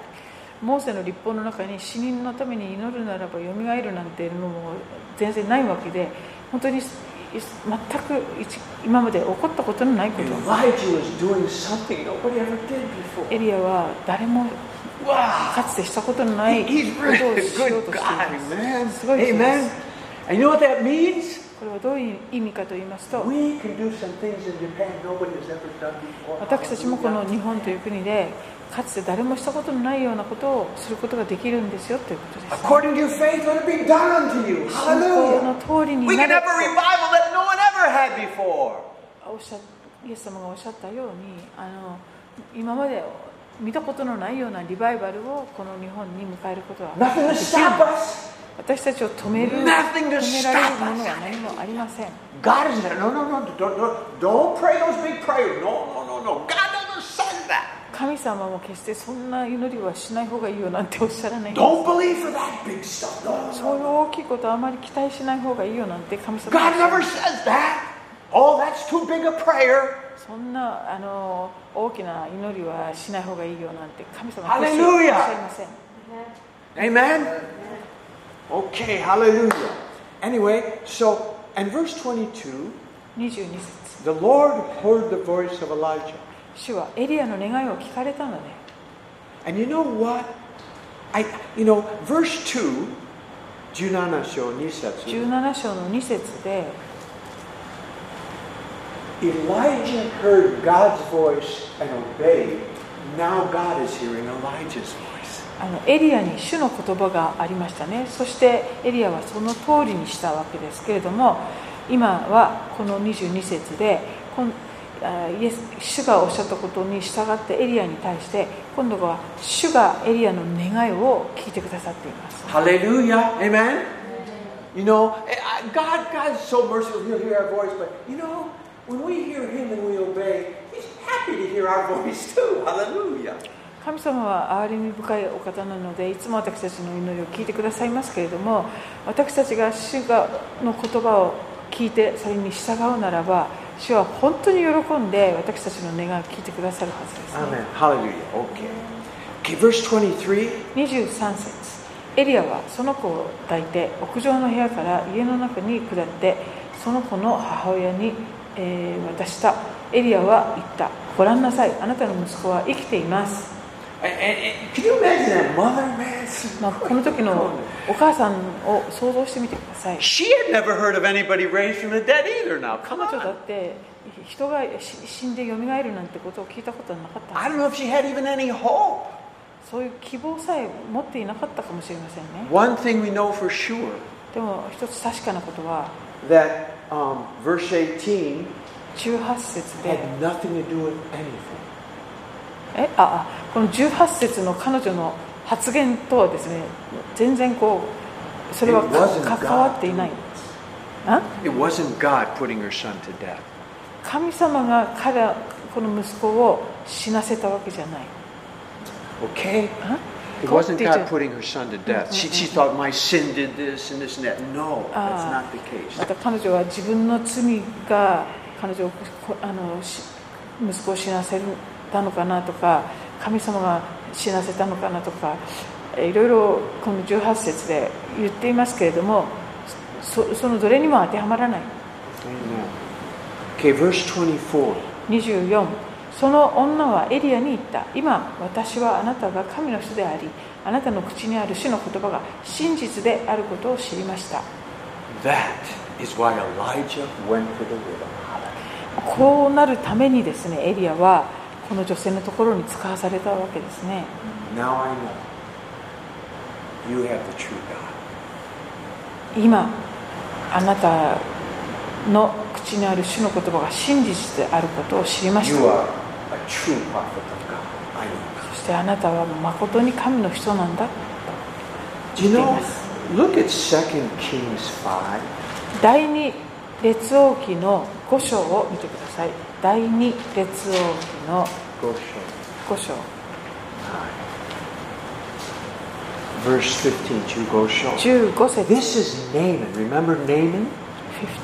Speaker 2: モーセの立法の中に死人のために祈るならばよみがえるなんていうのも全然ないわけで本当にい全く一今まで起こったことのないこと
Speaker 1: And Elijah was doing something nobody ever did before.
Speaker 2: エリアは誰も
Speaker 1: Wow.
Speaker 2: かつてしたことのないこ
Speaker 1: He's
Speaker 2: と
Speaker 1: really
Speaker 2: を
Speaker 1: a
Speaker 2: しよう
Speaker 1: good
Speaker 2: としていま
Speaker 1: guy,
Speaker 2: す
Speaker 1: man.
Speaker 2: すごい人です
Speaker 1: Amen. And you know what that means?
Speaker 2: これはどういう意味かと言いますと
Speaker 1: We can do some things in Japan nobody has ever done before.
Speaker 2: 私たちもこの日本という国でかつて誰もしたことのないようなことをすることができるんですよということです
Speaker 1: According to your faith, let it be done unto you.
Speaker 2: 信仰
Speaker 1: Hallelujah.
Speaker 2: の通りに
Speaker 1: We
Speaker 2: な
Speaker 1: can
Speaker 2: れ
Speaker 1: have a
Speaker 2: と
Speaker 1: revival that no one ever had before.
Speaker 2: おっしゃイエス様がおっしゃったようにあの今まで見たことのないようなリバイバルをこの日本に迎えることは
Speaker 1: Nothing to
Speaker 2: でき
Speaker 1: stop
Speaker 2: る
Speaker 1: us.
Speaker 2: 私たちを止める止
Speaker 1: Nothing to
Speaker 2: められる
Speaker 1: stop
Speaker 2: も
Speaker 1: us.
Speaker 2: のは何もありません
Speaker 1: God is there. No, no, no. Don't, don't, don't pray those big prayers. No, no, no, no. God never said that.
Speaker 2: 神様も決してそんな祈りはしない方がいいよなんておっしゃらない
Speaker 1: Don't believe for that big stuff. No, no,
Speaker 2: そう
Speaker 1: no.
Speaker 2: いう大きいことはあまり期待しない方がいいよなんて神様
Speaker 1: God never says that. Oh, that's too big a prayer.
Speaker 2: そんなあの大きな祈りはしない方がいいよなんて神様は
Speaker 1: Hallelujah
Speaker 2: おっしゃいません
Speaker 1: Amen? Okay, hallelujah. Anyway, so, and verse 22,
Speaker 2: 22節
Speaker 4: The Lord heard the voice of Elijah.
Speaker 2: 主はエリアの願いを聞かれたので
Speaker 4: And you know what? I, you know, verse 2, 17章2節
Speaker 2: 17章の2節で
Speaker 4: Elijah heard God's voice and obeyed. Now God is hearing Elijah's voice.
Speaker 2: あのエリアに主の言葉がありましたねそしてエリアはその通りにしたわけですけれども今はこの22節でこんあイエス主がおっしゃったことに従ってエリアに対して今度は主がエリアの願いを聞いてくださっています
Speaker 1: Hallelujah. Amen? You know, eh, I- I- God, God's so merciful. He'll hear our voice, but you know, when we hear Him and we obey, He's happy to hear our voice too. Hallelujah.
Speaker 2: 神様は憐れみ深いお方なのでいつも私たちの祈りを聞いてくださいますけれども私たちが主がの言葉を聞いてそれに従うならば主は本当に喜んで私たちの願いを聞いてくださるはずです、ね
Speaker 4: Amen. Hallelujah. Okay. Okay, verse 23.
Speaker 2: 23節エリアはその子を抱いて屋上の部屋から家の中に下ってその子の母親に、えー渡したエリアは言ったご覧なさいあなたの息子は生きています
Speaker 1: And, and, and can you imagine that mother, man?
Speaker 2: まあ、この時のお母さんを想像してみてください
Speaker 1: She had never heard of anybody raised from the dead either. Now, come
Speaker 2: 彼女だ
Speaker 1: on.
Speaker 2: って人がし死んでよみがえるなんてことを聞いたことはなかったん
Speaker 1: I
Speaker 2: です
Speaker 1: don't know if she had even any hope.
Speaker 2: そういう希望さえ持っていなかったかもしれませんね
Speaker 4: One thing we know for sure
Speaker 2: でも一つ確かなことは
Speaker 4: that um, verse 18
Speaker 2: 18節で
Speaker 4: had nothing to do with anything.
Speaker 2: えああこの18節の彼女の発言とはですね全然こうそれは
Speaker 4: It wasn't
Speaker 2: か
Speaker 4: God
Speaker 2: 関わっていないんですあ
Speaker 4: It wasn't God putting her son to death.
Speaker 2: 神様が彼らこの息子を死なせたわけじゃない
Speaker 4: Okay?
Speaker 2: あ
Speaker 1: It
Speaker 2: こう
Speaker 1: wasn't
Speaker 2: って言っちゃ
Speaker 1: God
Speaker 2: う
Speaker 1: putting her son to death. She, she thought, my sin did this and this and that. No, that's
Speaker 2: Ah.
Speaker 1: not the case.
Speaker 2: また彼女は自分の罪が彼女をこあのし息子を死なせたのかなとか神様が死なせたのかなとかえいろいろこの18節で言っていますけれどもそそのどれにも当てはまらない
Speaker 1: Amen. Okay, verse 24.
Speaker 2: 24その女はエリアに言った今私はあなたが神の人でありあなたの口にある主の言葉が真実であることを知りました
Speaker 1: That is why Elijah went to the widow.
Speaker 2: こうなるためにですねエリアはこの女性のところに使わされたわけですね
Speaker 1: Now I know you have the true God.
Speaker 2: 今あなたの口にある主の言葉が真実であることを知りまし
Speaker 1: You
Speaker 2: た
Speaker 1: are a true prophet of God. I know.
Speaker 2: そしてあなたは誠に神の人なんだ
Speaker 1: Do you know?
Speaker 2: Yes.
Speaker 1: Look at 2 Kings 5.
Speaker 2: 第二列王記の5章を見てください第二列王記の
Speaker 1: Go show.
Speaker 2: 5章
Speaker 1: Verse 15, you go show.
Speaker 2: 15節
Speaker 1: This is Naaman. Remember Naaman?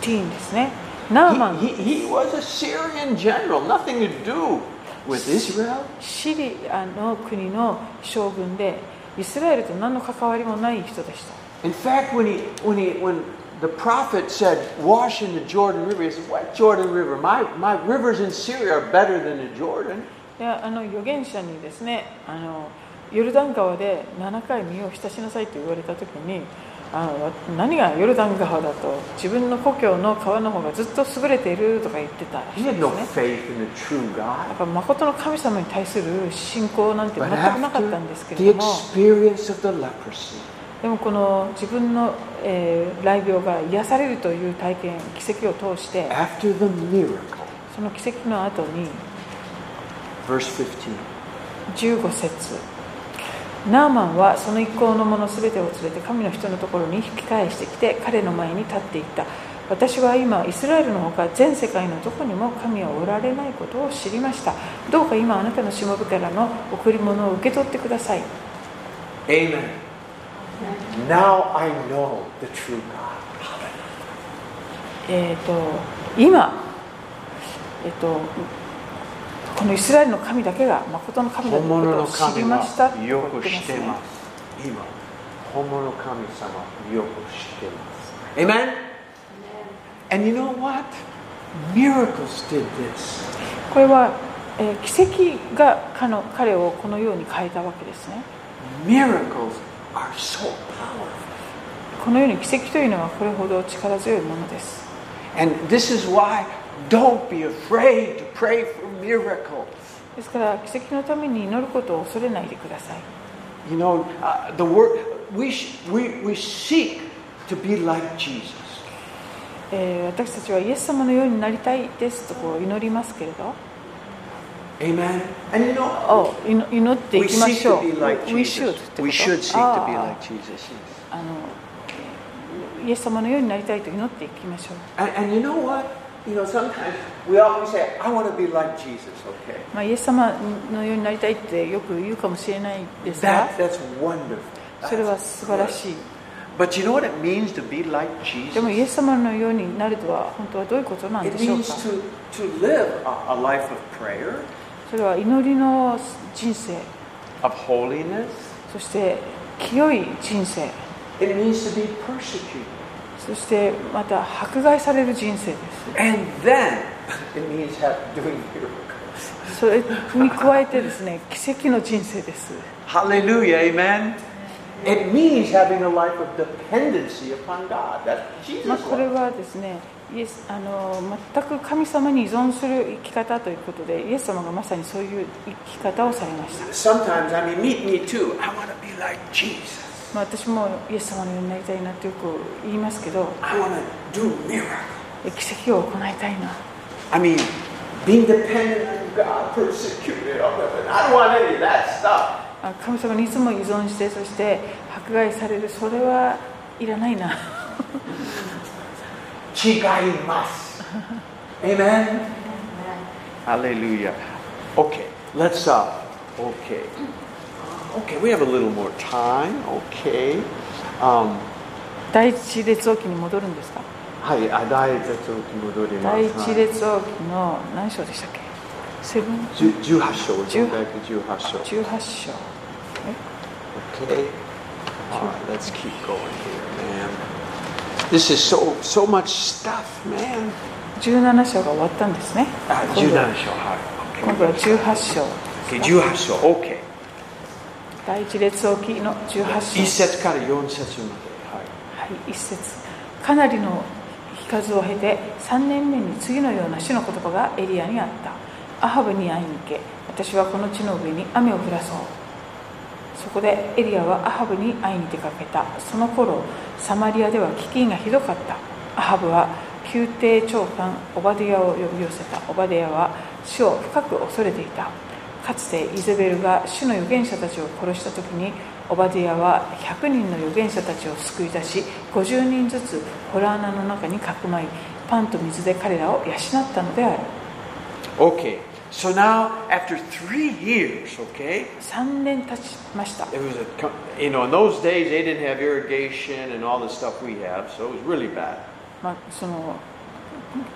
Speaker 2: 15ですねナーマン
Speaker 1: He, he, he was a Syrian general, nothing to do with Israel.
Speaker 2: シリアの国の将軍でイスラエルと何の関わりもない人でした
Speaker 1: In fact, when he when he when the prophet said, "Wash in the Jordan River," he said, "What Jordan River? My my rivers in Syria are better than the Jordan."
Speaker 2: であの預言者にですねあのヨルダン川で7回身を浸しなさいと言われた時にあの何がヨルダン川だと自分の故郷の川の方がずっと優れているとか言ってた
Speaker 1: He
Speaker 2: 人で
Speaker 1: had
Speaker 2: す
Speaker 1: no
Speaker 2: ね
Speaker 1: faith in the true
Speaker 2: だ
Speaker 1: God.
Speaker 2: から誠の神様に対する信仰なんて全
Speaker 1: But
Speaker 2: くなかったんです
Speaker 1: after
Speaker 2: け
Speaker 1: the
Speaker 2: れども
Speaker 1: experience of the leprosy,
Speaker 2: でもこの自分の、えー雷病が癒されるという体験奇跡を通して
Speaker 1: after the miracle,
Speaker 2: その奇跡の後に
Speaker 1: verse 15,
Speaker 2: 15節ナーマンはその一行の者すべてを連れて神の人のところに引き返してきて彼の前に立っていった私は今イスラエルのほか全世界のどこにも神はおられないことを知りましたどうか今あなたのしもべからの贈り物を受け取ってください
Speaker 1: Amen. Now I know the true God.
Speaker 2: えっ、と今えっ、とこのイスラエルの神だけが誠の神だということを知りましたと言ってますね
Speaker 1: 本物の神はよく知ってます。今、本物の神様よく知ってます。Amen? And you know what? Miracles did this.
Speaker 2: これは、えー奇跡が彼の彼をこのように変えたわけですね
Speaker 1: Miracles are so powerful.
Speaker 2: このように奇跡というのはこれほど力強いものです
Speaker 1: And this is why don't be afraid to pray for miracles.
Speaker 2: ですから奇跡のために祈ることを恐れないでください
Speaker 1: You know, uh, the word, we, sh- we, we seek to be like Jesus.
Speaker 2: えー私たちはイエス様のようになりたいですとこう祈りますけれど
Speaker 1: Amen. And you know,
Speaker 2: お祈祈ってい
Speaker 1: we
Speaker 2: きま
Speaker 1: seek
Speaker 2: しょ
Speaker 1: to
Speaker 2: う
Speaker 1: be like
Speaker 2: We should Ah. って
Speaker 1: Jesus.
Speaker 2: こと
Speaker 1: We should seek to be
Speaker 2: あー
Speaker 1: like Jesus.
Speaker 2: あのイエス様のようになりたいと祈っていきましょう
Speaker 1: And, and you know what? You know, sometimes we always say, I want to be like Jesus, okay?
Speaker 2: まあ、イエス様のようになりたいってよく言うかもしれないですが
Speaker 1: That, that's wonderful.
Speaker 2: それは素晴らしい
Speaker 1: But you know what it means to be like
Speaker 2: でもイ
Speaker 1: Jesus?
Speaker 2: エス様のようになるとは本当はどういうことなんで
Speaker 1: It
Speaker 2: しょうか
Speaker 1: means to, to live a, a life of prayer,
Speaker 2: それは祈りの人生
Speaker 1: of holiness.
Speaker 2: そして清い人生
Speaker 1: It means to be persecuted.
Speaker 2: そしてまた迫害される人生で
Speaker 1: And then it means have, doing miracles.
Speaker 2: すそれに加えてですね 奇跡の人生です
Speaker 1: Hallelujah, amen. It means having a life of dependency upon God. That's
Speaker 2: まあ
Speaker 1: Jesus.
Speaker 2: これはですねイエスあの全く神様に依存する生き方ということでイエス様がまさにそういう生き方をされました
Speaker 1: Sometimes, I mean, meet me too. I want to be like Jesus.
Speaker 2: まあ、私もイエス様のようになりたいなってよく言いますけど
Speaker 1: I want to do miracles.
Speaker 2: 奇跡を行いたいな
Speaker 1: I mean, being dependent on God, persecuted, all of it. I don't want any of that stuff.
Speaker 2: あ神様にいつも依存してそして迫害されるそれはいらないな
Speaker 1: Chigaimas. Amen. Hallelujah. Okay, let's uh okay. Okay, we have a little more time. Okay. Um,
Speaker 2: 第一列王記に戻るんですか
Speaker 1: はい、あ第一列王記戻ります。
Speaker 2: 第一列王記の何章でしたっけセブン
Speaker 1: 十十八章、
Speaker 2: 十
Speaker 1: 全体的十八章。
Speaker 2: 18章
Speaker 1: Okay. All right, let's keep going here, man. This is so so much stuff, man.
Speaker 2: 17章が終わったんですね
Speaker 1: あ、
Speaker 2: 今
Speaker 1: 十
Speaker 2: 度は
Speaker 1: 七章、はい。
Speaker 2: 今度は18章
Speaker 1: Okay, 十八章、OK。
Speaker 2: 第一列王記の18章
Speaker 1: 一節から四節まで。はい。
Speaker 2: はい、一節かなりの日数を経て3年目に次のような主の言葉がエリアにあったアハブに会いに行け私はこの地の上に雨を降らそうそこでエリアはアハブに会いに出かけたその頃サマリアでは飢饉がひどかったアハブは宮廷長官オバディアを呼び寄せたオバディアは主を深く恐れていたかつてイゼベルが主の預言者たちを殺した時にオバディアは100人の預言者たちを救い出し50人ずつ洞穴の中にかくまいパンと水で彼らを養ったのである
Speaker 1: Okay. So now, after three years, okay,
Speaker 2: 3年経ちました
Speaker 1: it was a, co- you know, in those days they didn't have irrigation and all the stuff we have, so it was really bad.
Speaker 2: まあ、その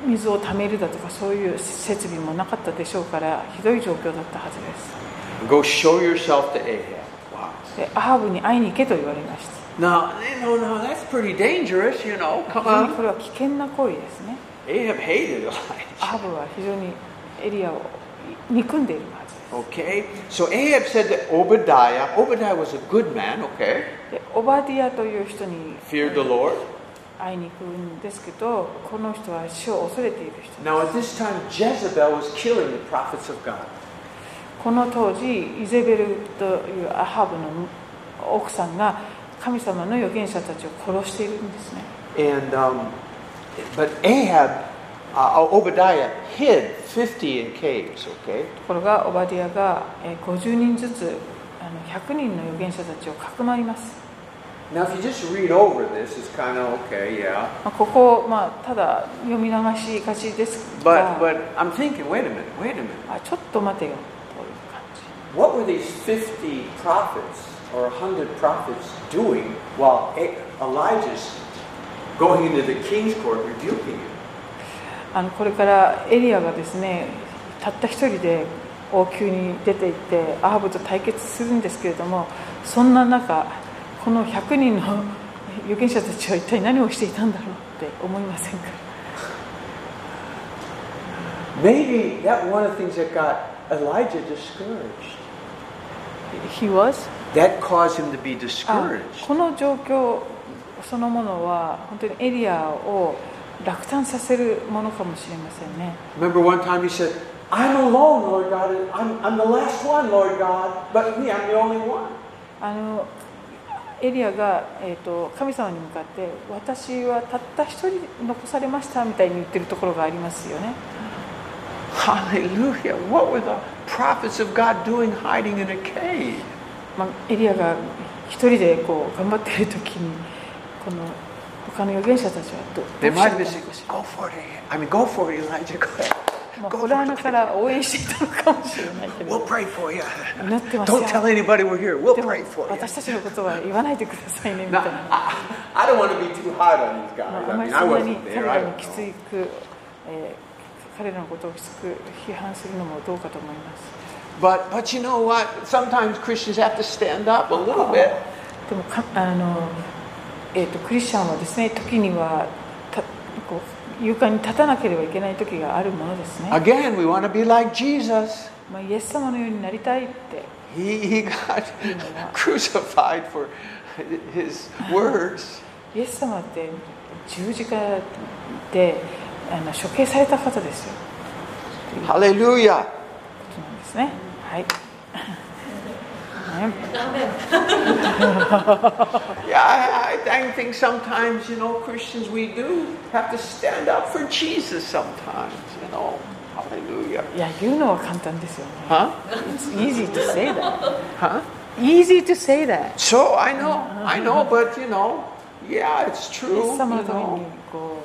Speaker 2: 水をためるだとかそういう設備もなかったでしょうからひどい状況だったはずで
Speaker 1: Go show yourself to Ahab. Wow.
Speaker 2: すでアハブに会いに行けと言われました
Speaker 1: Now, you know, now that's pretty dangerous, you know. Come on.
Speaker 2: 非常にこれは危険な行為ですね
Speaker 1: Ahab hated Elijah.
Speaker 2: アハブは非常にエリアを憎んでいるはず
Speaker 1: Okay. So Ahab said to Obadiah, Obadiah was a good man, okay?
Speaker 2: ですでオバディアという人に
Speaker 1: Feared the Lord.
Speaker 2: 会いに行くんですけどこの人は死を恐れている人
Speaker 3: Now, at this time, Jezebel was killing the prophets of God.
Speaker 2: この当時イゼベルというアハブの奥さんが神様の預言者たちを殺しているんですね
Speaker 1: And, um, but Ahab, uh, Obadiah hid 50 in caves, okay?
Speaker 2: ところがオバディアがえー50人ずつあの100人の預言者たちをかくまいます
Speaker 3: Now, if you just read over this, it's kind of okay, yeah.
Speaker 2: まあここを、まあ、ただ読み流しがちです
Speaker 1: But,
Speaker 2: が
Speaker 1: but I'm thinking, wait a minute, wait a minute.
Speaker 2: あちょっと待てよという感じ
Speaker 3: What were these 50 prophets or 100 prophets doing while E- Elijah's going into the king's court rebuking him?
Speaker 2: あのこれからエリアがですねたった一人で王宮に出て行ってアハブと対決するんですけれどもそんな中この100人の預言者たちは一体何をしていたんだろうって思いませんか
Speaker 3: Maybe that one of the things that got Elijah discouraged.
Speaker 2: He was
Speaker 1: That caused him to be
Speaker 2: あ
Speaker 1: discouraged.
Speaker 2: この状況そのものは本当にエリアを落胆させるものかもしれませんね
Speaker 3: Oh. Remember one time he said, I'm alone, Lord God. and I'm, I'm the last one, Lord God. But me, I'm the only one.
Speaker 2: あのエリアが、えー、と神様に向かって私はたった一人残されましたみたいに言ってるところがありますよね
Speaker 1: Hallelujah. What were the prophets of God doing hiding in a cave?
Speaker 2: まあ、エリアが一人でこう頑張っている時にこの他の預言者たちはどどうし
Speaker 1: They
Speaker 2: ち
Speaker 1: might
Speaker 2: ゃ
Speaker 1: have
Speaker 2: った
Speaker 1: been
Speaker 2: の
Speaker 1: saying, go for it, Ahab. I mean, go for it, Elijah. Go ahead.
Speaker 2: まあ
Speaker 1: Go
Speaker 2: ホ
Speaker 1: for
Speaker 2: ラー
Speaker 1: it.
Speaker 2: 穴から応援していたのかもしれないけ
Speaker 1: We'll
Speaker 2: ど
Speaker 1: pray for you.
Speaker 2: 祈ってますよ
Speaker 1: Don't tell anybody we're here. We'll
Speaker 2: でも
Speaker 1: pray for you.
Speaker 2: 私たちのことは言わないでくださいねみた
Speaker 3: Now,
Speaker 2: いな。
Speaker 3: I, I don't want to be too hard on these
Speaker 2: ま
Speaker 3: guys.
Speaker 2: あ、あ
Speaker 3: I
Speaker 2: ま
Speaker 3: mean, I
Speaker 2: りそんなに
Speaker 3: wasn't
Speaker 2: 彼
Speaker 3: there. I
Speaker 2: らに
Speaker 3: don't
Speaker 2: きつ
Speaker 3: know.
Speaker 2: いく、えー彼らのことをきつく批判するのもどうかと思います
Speaker 1: But, but you know what? Sometimes Christians have to stand up a little bit.
Speaker 2: でもかあの、えー、とクリスチャンはですね時にはたこう勇敢に立たなければいけない時があるものですね、
Speaker 1: Again, we want to be like Jesus.
Speaker 2: まあ、イエス様のようになりたいって
Speaker 1: He, he got crucified for his words.
Speaker 2: イエス様って十字架であの処刑された方ですよ
Speaker 1: Hallelujah.
Speaker 2: ことなんですねはいね
Speaker 1: Yeah, I, I- I think sometimes, you know, Christians, we do have to stand up for Jesus sometimes, you know. Hallelujah.
Speaker 2: いや言うのは簡単ですよね
Speaker 1: Huh?
Speaker 2: It's easy to say that.
Speaker 1: Huh?
Speaker 2: Easy to say that.
Speaker 1: So I know, I know, but you know, yeah, it's
Speaker 2: イエ
Speaker 1: true.
Speaker 2: ス
Speaker 1: You
Speaker 2: 様のために
Speaker 1: know.
Speaker 2: こ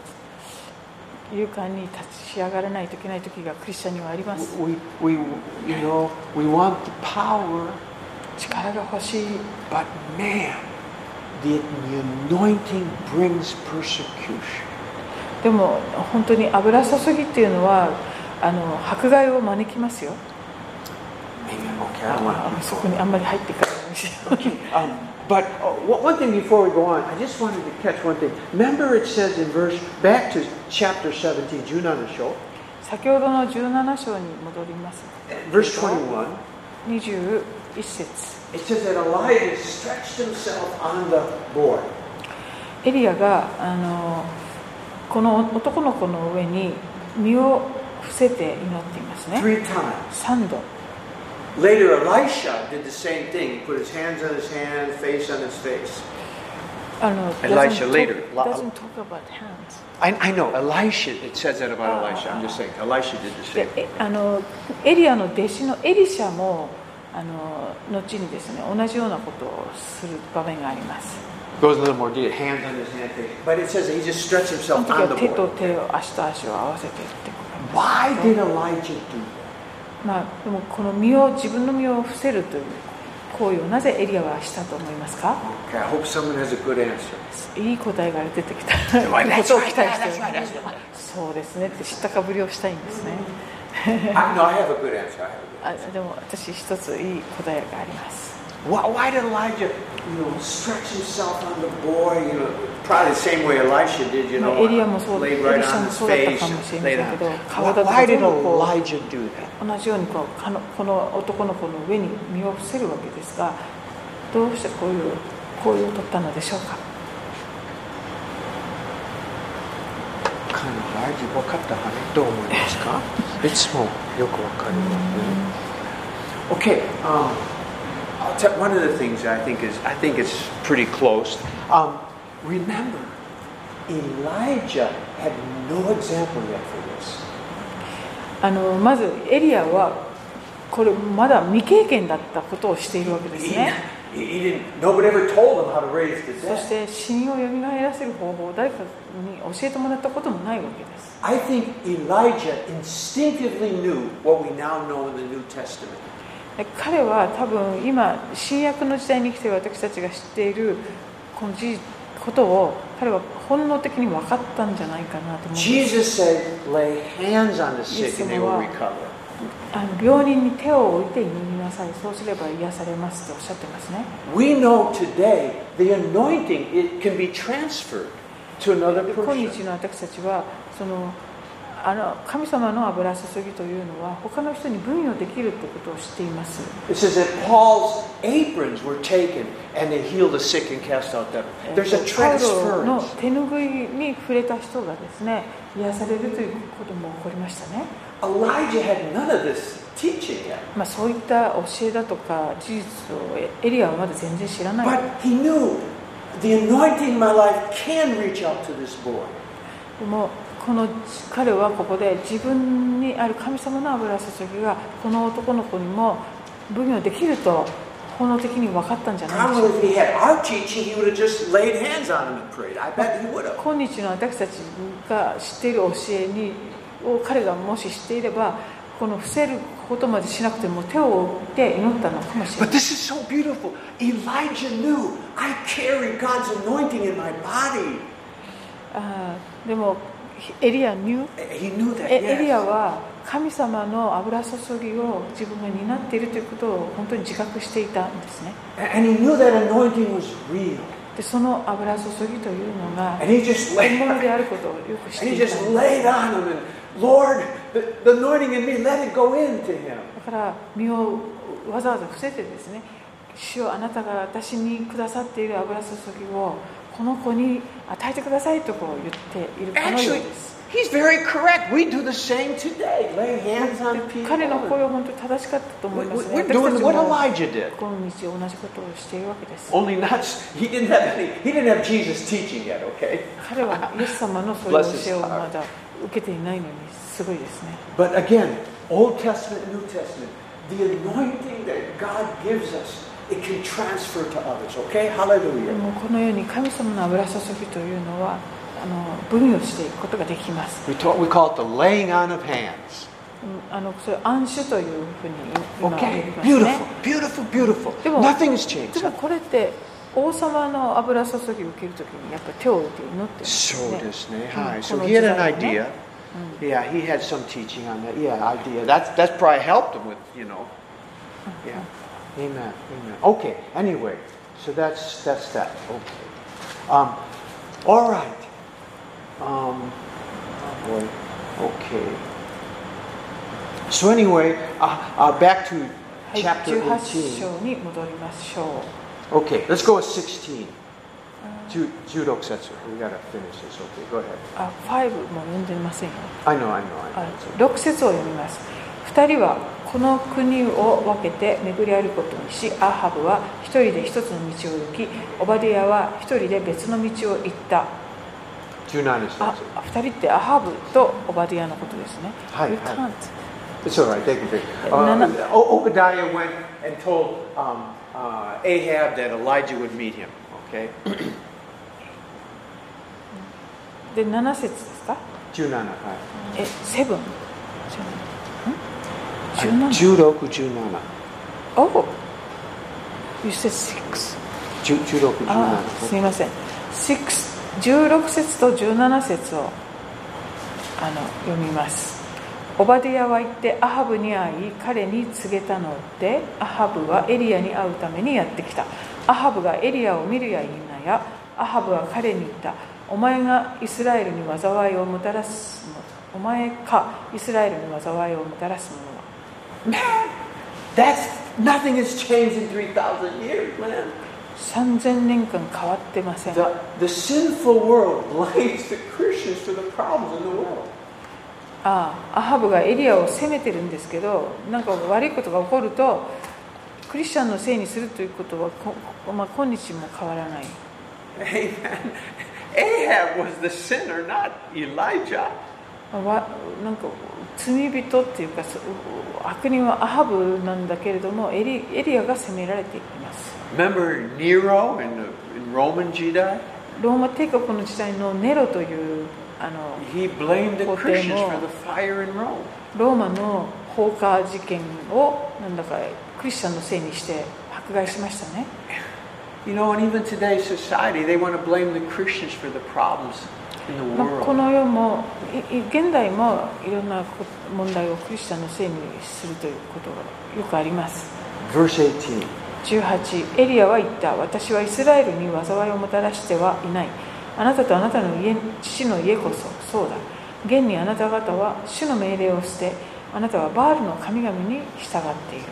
Speaker 2: う勇敢に立ち上がらないといけない時がクリスチャンにはあります。
Speaker 1: We, we, you know, we want the power,
Speaker 2: 力が欲しい
Speaker 1: But man, the anointing brings persecution.
Speaker 2: でも本当に油注ぎっていうのはあの迫害を招きますよ
Speaker 1: Maybe, okay, I
Speaker 2: あ
Speaker 1: don't want
Speaker 2: の
Speaker 1: to
Speaker 2: そこにあんまり入っていかないようにしよう
Speaker 1: Um, but oh, one one thing before we go on, I just wanted to catch one thing. Remember, it says in verse back to chapter 17, June on the show,
Speaker 2: 先ほどの17章に戻ります
Speaker 1: verse 21.
Speaker 2: 21節
Speaker 1: It says that Elijah stretched himself on the board.
Speaker 2: エリアがあのこの男の子の上に身を伏せて祈っていますね
Speaker 1: Three times.
Speaker 2: 3度
Speaker 1: Later, Elisha did the same thing. He put his hands on his hand, face on his face.
Speaker 2: あの
Speaker 1: Elisha
Speaker 2: doesn't talk-
Speaker 1: later.
Speaker 2: doesn't talk about hands
Speaker 1: I, I know, Elisha, it says that about
Speaker 2: Ah,
Speaker 1: Elisha. I'm
Speaker 2: ah,
Speaker 1: just saying, Elisha did the
Speaker 2: で
Speaker 1: same.
Speaker 2: えあのエリアの弟子のエリシャもあの後にですね同じようなことをする場面があります
Speaker 1: Goes a little more deep. Hands on his hand, face. But it says that he just stretched
Speaker 2: その
Speaker 1: himself
Speaker 2: 時は
Speaker 1: on the
Speaker 2: 手と
Speaker 1: board.
Speaker 2: 手を足と足を合わせてってこと
Speaker 1: Why did Elijah do that?
Speaker 2: まあでもこの身を自分の身を伏せるという行為をなぜエリアはしたと思いますか
Speaker 1: Okay, I hope someone has a good answer.
Speaker 2: いい答えが出てきたことを期待してるそうですねって知ったかぶりをしたいんですね
Speaker 1: I, no, I have a good answer. I have a good
Speaker 2: あでも私一ついい答えがあります
Speaker 1: Why, why did Elijah, you know, stretch himself on the boy, you know, probably the same way Elisha did, you
Speaker 2: まあ
Speaker 1: know, uh,
Speaker 2: エリアもそう、
Speaker 1: laid
Speaker 2: エ
Speaker 1: right
Speaker 2: リシャ
Speaker 1: on
Speaker 2: も
Speaker 1: his
Speaker 2: そうだった
Speaker 1: face,
Speaker 2: かもしれ
Speaker 1: laid
Speaker 2: ないけ
Speaker 1: on.
Speaker 2: ど、
Speaker 1: Why,
Speaker 2: 体
Speaker 1: why
Speaker 2: が
Speaker 1: did
Speaker 2: どんどんこ
Speaker 1: Elijah do that?
Speaker 2: う同じようにこうかのこの男の子の上に身を伏せるわけですが、どうしてこういう行為を取ったのでしょうか。
Speaker 1: Kind of hard. You woke up the honey. Don't worry, it's gone. It's small. You'll go kind of Okay. Um, I'll tell, one of the things I think is I think it's pretty close. Um, remember, Elijah had no example yet for this.
Speaker 2: あのまずエリアはこれまだ未経験だったことをしているわけです
Speaker 1: He,
Speaker 2: ね。
Speaker 1: he, he didn't. Nobody ever told him how to raise the
Speaker 2: そし
Speaker 1: dead.
Speaker 2: て死因を蘇らせる方法を誰かに教えてもらったこともないわけです。
Speaker 1: I think Elijah instinctively knew what we now know in the New Testament.
Speaker 2: で彼は多分今新約の時代に生きている私たちが知っているこの事実ことを彼は本能的に分かったんじゃないかなと思うんです
Speaker 1: Jesus said, "Lay hands on the sick,
Speaker 2: Yes,
Speaker 1: and they will
Speaker 2: Lord.
Speaker 1: recover."
Speaker 2: あの病人に手を置いて握りなさいそうすれば癒されますとおっしゃってますね
Speaker 1: We know today the anointing it can be transferred to another
Speaker 2: で今日
Speaker 1: person.
Speaker 2: の私たちはそのあの神様の油注ぎというのは他の人に分与できるということを知っています
Speaker 1: It says that Paul's aprons were taken and they healed the sick and cast out devils.
Speaker 2: えー
Speaker 1: There's a
Speaker 2: パウロの
Speaker 1: transference.
Speaker 2: 手拭いに触れた人がですね癒されるということも起こりましたね
Speaker 1: Elijah had none of this teaching yet,
Speaker 2: まあ、そういった教えだとか事実をエエリアはまだ全然知らない
Speaker 1: but he knew the anointing in my life can reach out to this boy.
Speaker 2: でもこの彼はここで自分にある神様の油注ぎがこの男の子にも分与できると本能的に分かったんじゃないでしょう
Speaker 1: Probably if he had our teaching, he would have just laid hands on him and prayed. I bet he would have.
Speaker 2: 今日の私たちが知っている教えにを彼がもし知っていればこの伏せることまでしなくても手を置いて祈ったのかもしれな
Speaker 1: But
Speaker 2: い
Speaker 1: this is so beautiful. Elijah knew I carry God's anointing in my body.
Speaker 2: あーでもエリアニュー
Speaker 1: He knew that.
Speaker 2: えエリア
Speaker 1: Yes.
Speaker 2: は神様の油注ぎを自分が担っているということを本当に自覚していたんですね
Speaker 1: And he knew that anointing was real.
Speaker 2: でその油注ぎというのが
Speaker 1: And he just
Speaker 2: 本
Speaker 1: laid
Speaker 2: 物 で
Speaker 1: and
Speaker 2: あることをよく知って
Speaker 1: he
Speaker 2: いた
Speaker 1: just laid on him and Lord, the, the anointing in me, let it go into him.
Speaker 2: だから身をわざわざ伏せてですね主よあなたが私にくださっている油注ぎをこの子に与えてくださいとこう言っているかのよう
Speaker 1: Actually,
Speaker 2: です
Speaker 1: he's very correct. We do the same today. Lay hands on
Speaker 2: で
Speaker 1: people.
Speaker 2: 彼の声
Speaker 1: and
Speaker 2: は本当に正しかったと思
Speaker 1: we-
Speaker 2: います
Speaker 1: we-
Speaker 2: ね
Speaker 1: We're
Speaker 2: 私た
Speaker 1: doing
Speaker 2: ち
Speaker 1: what
Speaker 2: も
Speaker 1: Elijah did.
Speaker 2: 今日同じことをしているわけです
Speaker 1: Only not he didn't have any he didn't have Jesus teaching yet, okay?
Speaker 2: 彼はイエス様のそういう
Speaker 1: Bless his
Speaker 2: 教えをまだ受けていないのにすごいですね
Speaker 1: But again, Old Testament, New Testament, the anointing that God gives us, it can transfer to others. Okay?
Speaker 2: で
Speaker 1: Hallelujah.
Speaker 2: もこのように神様の油注ぎというのはあの分与していくことができます
Speaker 1: We, talk, we call it the laying on of hands.
Speaker 2: うんあのそれ暗種というふうに今言い
Speaker 1: Okay,
Speaker 2: ますね
Speaker 1: beautiful, beautiful, beautiful.
Speaker 2: でも、
Speaker 1: Nothing has changed.
Speaker 2: でもこれって王様の油注ぎを受けるときにやっぱ手を置いて祈ってるんですね
Speaker 1: そうですね。はい。
Speaker 2: うん
Speaker 1: So
Speaker 2: この
Speaker 1: he had an
Speaker 2: 時代のね。
Speaker 1: idea. Yeah, he had some teaching on that. Yeah, idea. That's that's probably helped him with you know. Yeah. Amen. Amen. Okay. Anyway, so that's that's that. Okay. Um, all right. Um, oh boy. Okay. So anyway, uh, uh, back to
Speaker 2: はい、
Speaker 1: chapter
Speaker 2: 18
Speaker 1: 18.
Speaker 2: 章に戻りましょう
Speaker 1: Okay, let's go with 16. Ju- Judok Setsu. We gotta finish this. Okay, go ahead.
Speaker 2: あ5も読んでませんよ
Speaker 1: I know, I know, I know.
Speaker 2: 6節を読みます2人はこの国を分けて巡り歩くことにしアハブは一人で一つの道を行きオバディアは一人で別の道を行った
Speaker 1: 19節
Speaker 2: あ2人ってアハブとオバディアのことですね、
Speaker 1: はい
Speaker 2: You
Speaker 1: はい
Speaker 2: can't
Speaker 1: It's all right, they can figure it
Speaker 2: None-
Speaker 1: uh, O- Obadiah went and told um, uh, Ahab that Elijah would meet him. Okay?
Speaker 2: で7節ですか
Speaker 1: Junana. Right.
Speaker 2: えセブンじゃないん ?17?
Speaker 1: Judoku Junana.
Speaker 2: Oh, you said six.
Speaker 1: Ju- Judoku
Speaker 2: あ
Speaker 1: Junana.
Speaker 2: あ、すみません。Six 16節と17節をあの読みます。オバディアは行ってアハブに会い彼に告げたのでアハブはエリアに会うためにやってきたアハブがエリアを見るや否やアハブは彼に言ったお前がイスラエルに災いをもたらすもお前かイスラエルに災いをもたらす者は
Speaker 1: That's nothing has changed in 3,000 years, man.
Speaker 2: 3000年間変わってません
Speaker 1: The, the sinful world blames the Christians for the problems in the world.
Speaker 2: ああアハブがエリアを攻めてるんですけどなんか悪いことが起こるとクリスチャンのせいにするということはこ、こまあ、今日も変わらない
Speaker 1: Amen. Ahab was the sinner, not Elijah.
Speaker 2: わなんか罪人っていうかそう悪人はアハブなんだけれどもエリエリアが攻められています
Speaker 1: Remember Nero in, the, in Roman Jedi?
Speaker 2: ローマ帝国の時代のネロというあの
Speaker 1: He blamed the
Speaker 2: Well, they
Speaker 1: Christians for
Speaker 2: know.
Speaker 1: the fire in Rome.
Speaker 2: ローマの放火事件をなんだかクリスチャンのせいにして迫害しましたね
Speaker 1: You know, and even today's society, they want to blame the Christians for the problems in the
Speaker 2: まあ、こ
Speaker 1: world.
Speaker 2: の世もいい現代もいろんなこ問題をクリスチャンのせいにするということがよくあります
Speaker 1: Verse 18.
Speaker 2: 18エリアは言った私はイスラエルに災いをもたらしてはいないあなたとあなたの家父の家こそそうだ現にあなた方は主の命令を捨てあなたはバールの神々に従っている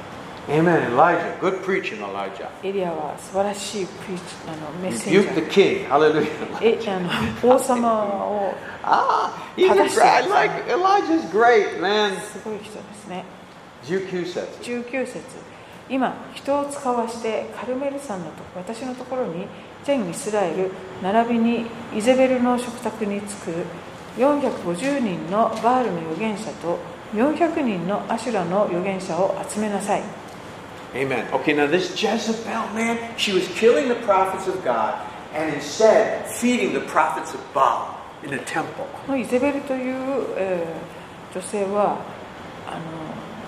Speaker 1: Amen. Elijah. Good preaching, Elijah.
Speaker 2: エリアは素晴らしいプリチあのメッセンジ
Speaker 1: Rebuke
Speaker 2: ャ
Speaker 1: the
Speaker 2: ー
Speaker 1: king. Hallelujah.
Speaker 2: えあの王様を
Speaker 1: Ah, he's a great, I like Elijah's great, man.
Speaker 2: すごい人ですね
Speaker 1: GQ says it.
Speaker 2: 19節今人を使わしてカルメル山のと私のところに全イスラエル並びにイゼベルの食卓に着く450人のバールの預言者と400人のアシュラの預言者を集めなさい
Speaker 1: Amen. Okay, now this Jezebel, man, she was killing the prophets of God and instead feeding the prophets of Baal in the temple.
Speaker 2: このイゼベルという、えー女性はあの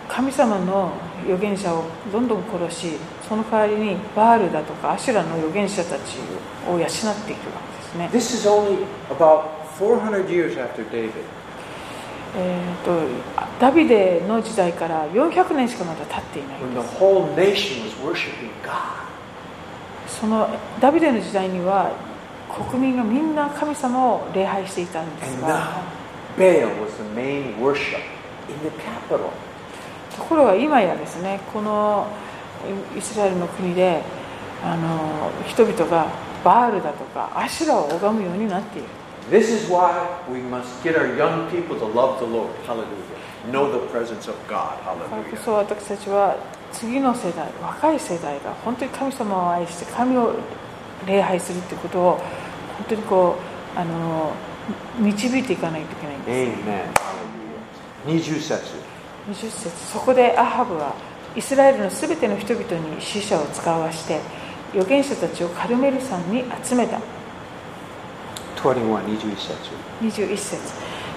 Speaker 2: 神様の預言者をどんどん殺しその代わりにバールだとかアシュラの預言者たちを養っていくわけですね
Speaker 1: This is only about 400 years after David.
Speaker 2: えー、とダビデの時代から400年しかまだ経っていない
Speaker 1: when the whole nation was worshiping God.
Speaker 2: そのダビデの時代には国民がみんな神様を礼拝していたんです
Speaker 1: And
Speaker 2: が
Speaker 1: now Baal was the main worship in the capital.
Speaker 2: ところが今やですねこのイスラエルの国であの人々がバールだとかアシュラを拝むようになっている
Speaker 1: This is why we must get our young people to love the Lord. Hallelujah. Know the presence of God.
Speaker 2: だから
Speaker 1: Hallelujah.
Speaker 2: こそ私たちは次の世代若い世代が本当に神様を愛して神を礼拝するってことを本当にこうあの導いていかないといけないんで
Speaker 1: Amen. Hallelujah. Niju Setsu.
Speaker 2: す20節そこでアハブはイスラエルのすべての人々に死者を使わして預言者たちをカルメル山に集めた
Speaker 1: 21. Niju Setsu.
Speaker 2: 21節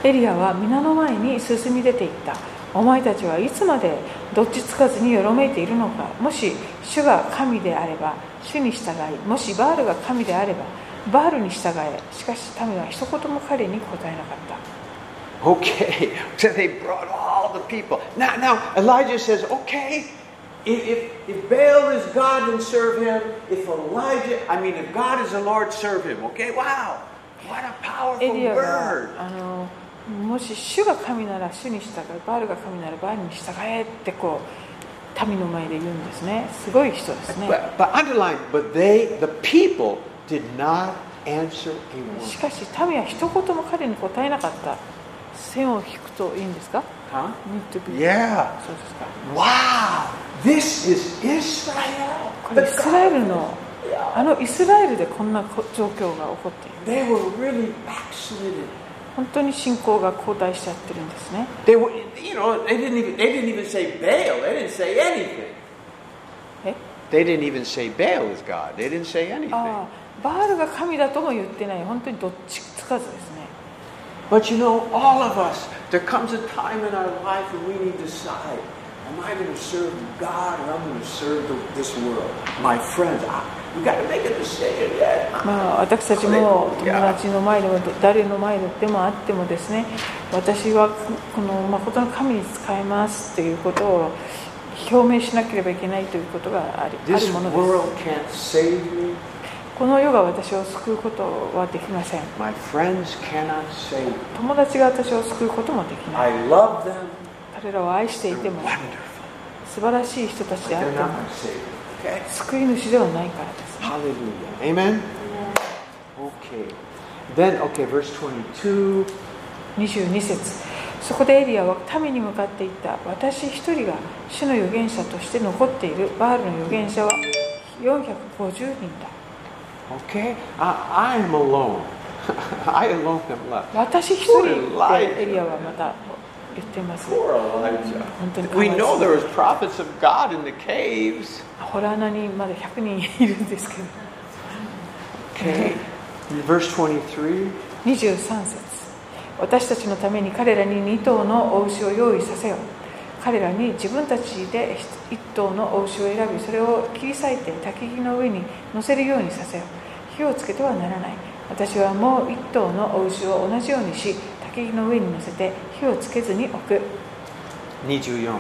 Speaker 2: エリアは皆の前に進み出ていったお前たちはいつまでどっちつかずによろめいているのかもし主が神であれば主に従いもしバールが神であればバールに従えしかし民は一言も彼に答えなかった
Speaker 1: Okay, so they brought all the people. Now, now Elijah says, okay, if, if, if Baal is God, then serve him. If Elijah, I mean, if God is the Lord, serve him. Okay, wow, what a
Speaker 2: エ
Speaker 1: powerful
Speaker 2: リアが
Speaker 1: word.
Speaker 2: あのもし主が神なら主に従えバールが神ならバールに従えってこう民の前で言うんですねすごい人ですね
Speaker 1: But, but underline, but they, the people, did not answer a
Speaker 2: し
Speaker 1: word.
Speaker 2: かし民は一言も彼に答えなかった線を引くといいんですか
Speaker 1: Huh?
Speaker 2: Need to be-
Speaker 1: Yeah.
Speaker 2: そうですか
Speaker 1: Wow, this is Israel.
Speaker 2: こ
Speaker 1: The
Speaker 2: れイスラエル
Speaker 1: God-
Speaker 2: のあのイスラエルでこんなこ状況が起こっている
Speaker 1: They were really backslidden.
Speaker 2: 本当に信仰が後退しちゃってるんですね
Speaker 1: They were, you know, they didn't even they didn't even say Baal. They didn't say anything.
Speaker 2: え
Speaker 1: They didn't even say Baal is God. They didn't say anything.
Speaker 2: ああバールが神だとも言ってない本当にどっちつかずですね
Speaker 1: but you know, all of us, there comes a time in our life when we need to decide: Am I going to serve God or I'm going to serve the, this world? My friends, I, we got to make a decision. Yeah.
Speaker 2: まあ、私たちも友達の前でもど誰の前でもあってもですね私はこの誠の神に使えますということを表明しなければいけないということがありあ
Speaker 1: This
Speaker 2: るものです
Speaker 1: world can't save me.
Speaker 2: この世が私を救うことはできません
Speaker 1: My friends cannot save me.
Speaker 2: 友達が私を救うこともできない
Speaker 1: I love them.
Speaker 2: 彼らを愛していて
Speaker 1: They're
Speaker 2: も
Speaker 1: wonderful.
Speaker 2: 素晴らしい人たちであっ
Speaker 1: They're
Speaker 2: ても
Speaker 1: not going to save me. Okay.
Speaker 2: 救い主ではないからです
Speaker 1: Hallelujah. Amen? Okay. Then, okay, verse 22.
Speaker 2: 22節そこでエリアは民に向かっていった私一人が主の預言者として残っているバールの預言者は450人だ
Speaker 1: Okay, I, I am alone. I alone am left.
Speaker 2: 私一人でエリアはまた言ってます掘
Speaker 1: Elijah.
Speaker 2: 本当に可哀想。
Speaker 1: We know there was prophets of God in the caves.
Speaker 2: ら穴にまだ100人いるんですけど
Speaker 1: Okay. Verse 23.
Speaker 2: 23節私たちのために彼らに2頭のお牛を用意させよ彼らに自分たちで1頭のお牛を選びそれを切り裂いて焚き木の上に乗せるようにさせよ火をつけてはならない私はもう1頭のお牛を同じようにし焚き木の上に乗せて火をつけずに置く
Speaker 1: 24.
Speaker 2: 24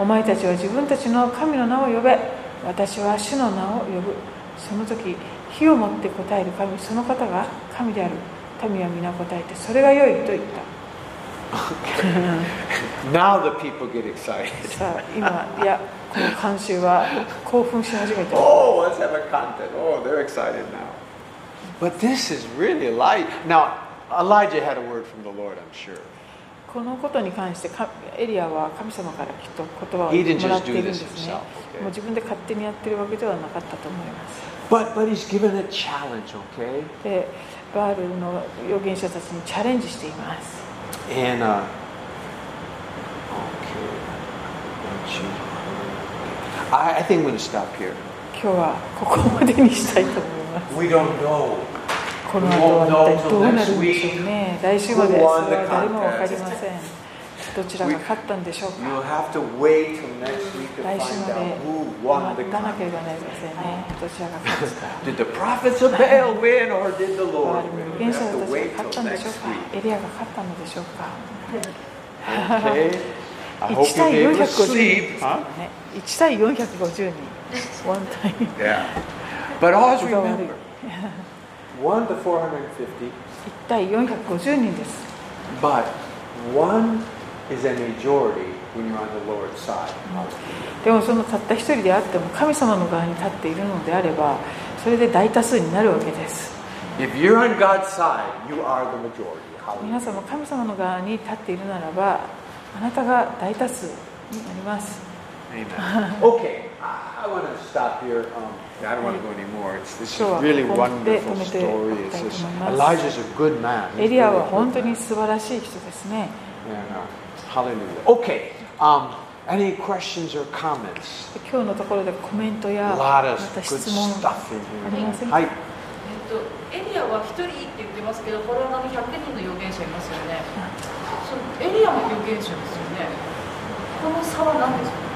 Speaker 2: お前たちは自分たちの神の名を呼べ私は主の名を呼ぶその時火を持って答える神その方が神である民は皆答えてそれが良いと言っ
Speaker 1: Now the people get excited.
Speaker 2: たさあ今いやこの慣習は興奮し始めて
Speaker 1: Oh, let's have a content. Oh, they're excited now. But this is really Elijah. Now, Elijah had a word from the Lord, I'm sure.
Speaker 2: このことに関してかエリアは神様からきっと言葉を
Speaker 1: He didn't
Speaker 2: も
Speaker 1: just
Speaker 2: らって
Speaker 1: do
Speaker 2: いるんで
Speaker 1: this
Speaker 2: すね
Speaker 1: himself.
Speaker 2: もう
Speaker 1: Okay?
Speaker 2: 自分で勝手にやってるわけではなかったと思います
Speaker 1: But but he's given a challenge, okay?
Speaker 2: でバールの預言者たちにチャレンジしています
Speaker 1: And uh, okay. One, two, three. I, I think I'm going to stop here.
Speaker 2: 今日はここまでにしたいと思います
Speaker 1: We don't know.
Speaker 2: この後は一体どうなるんでしょうね来週までそれは誰も分かりませんどちらが勝ったんでしょう
Speaker 1: You'll
Speaker 2: か
Speaker 1: have to wait till next week to
Speaker 2: 来
Speaker 1: find
Speaker 2: 週ま
Speaker 1: out who
Speaker 2: で待
Speaker 1: won the
Speaker 2: たなけれ
Speaker 1: contest.
Speaker 2: ばなりませんねどちらが勝つか
Speaker 1: Did the prophets of Baal win or did the
Speaker 2: バー
Speaker 1: Lord
Speaker 2: ルの
Speaker 1: win? We
Speaker 2: 預言者
Speaker 1: have to
Speaker 2: たちが
Speaker 1: wait
Speaker 2: 勝った
Speaker 1: till
Speaker 2: んでし
Speaker 1: next
Speaker 2: ょうか
Speaker 1: week.
Speaker 2: エリアが勝ったのでしょうか
Speaker 1: Okay? I hope
Speaker 2: 1
Speaker 1: you'll
Speaker 2: 対
Speaker 1: be
Speaker 2: 450
Speaker 1: able to
Speaker 2: 人で
Speaker 1: sleep.
Speaker 2: すから
Speaker 1: Huh?
Speaker 2: ね1対450人ワンタイム
Speaker 1: Yeah. But always
Speaker 2: 気が悪い
Speaker 1: remember, 1 to 450
Speaker 2: 1対450人です
Speaker 1: But one is a majority when you're on the Lord's side.
Speaker 2: でもそのたった一人であっても神様の側に立っているのであればそれで大多数になるわけです
Speaker 1: If you're on God's side, you are the majority.
Speaker 2: 皆
Speaker 1: Hallelujah.
Speaker 2: 様神様の側に立っているならばあなたが大多数になります
Speaker 1: Amen. okay, I, I want to stop here. Um, I don't want to go anymore. It's this is a
Speaker 2: 今日は
Speaker 1: really
Speaker 2: ここで
Speaker 1: wonderful
Speaker 2: 止めて
Speaker 1: story. It's just,
Speaker 2: おきたいと思います。
Speaker 1: Elijah's a good man. He's
Speaker 2: エリア
Speaker 1: really
Speaker 2: は
Speaker 1: a
Speaker 2: 本当
Speaker 1: good
Speaker 2: に
Speaker 1: man.
Speaker 2: 素晴らしい人ですね
Speaker 1: And, uh, hallelujah. Okay. Um, any questions or comments?
Speaker 2: で今日のところでコメント
Speaker 1: A
Speaker 2: や
Speaker 1: lot
Speaker 2: ま
Speaker 1: of
Speaker 2: た
Speaker 1: good
Speaker 2: 質問
Speaker 1: stuff in here.
Speaker 2: ありませんか？
Speaker 1: Hi.
Speaker 5: えっと、エリアは1人って言ってますけど、これはの100人の預言者いますよね。そのエリアも預言者ですよね。この差は何ですか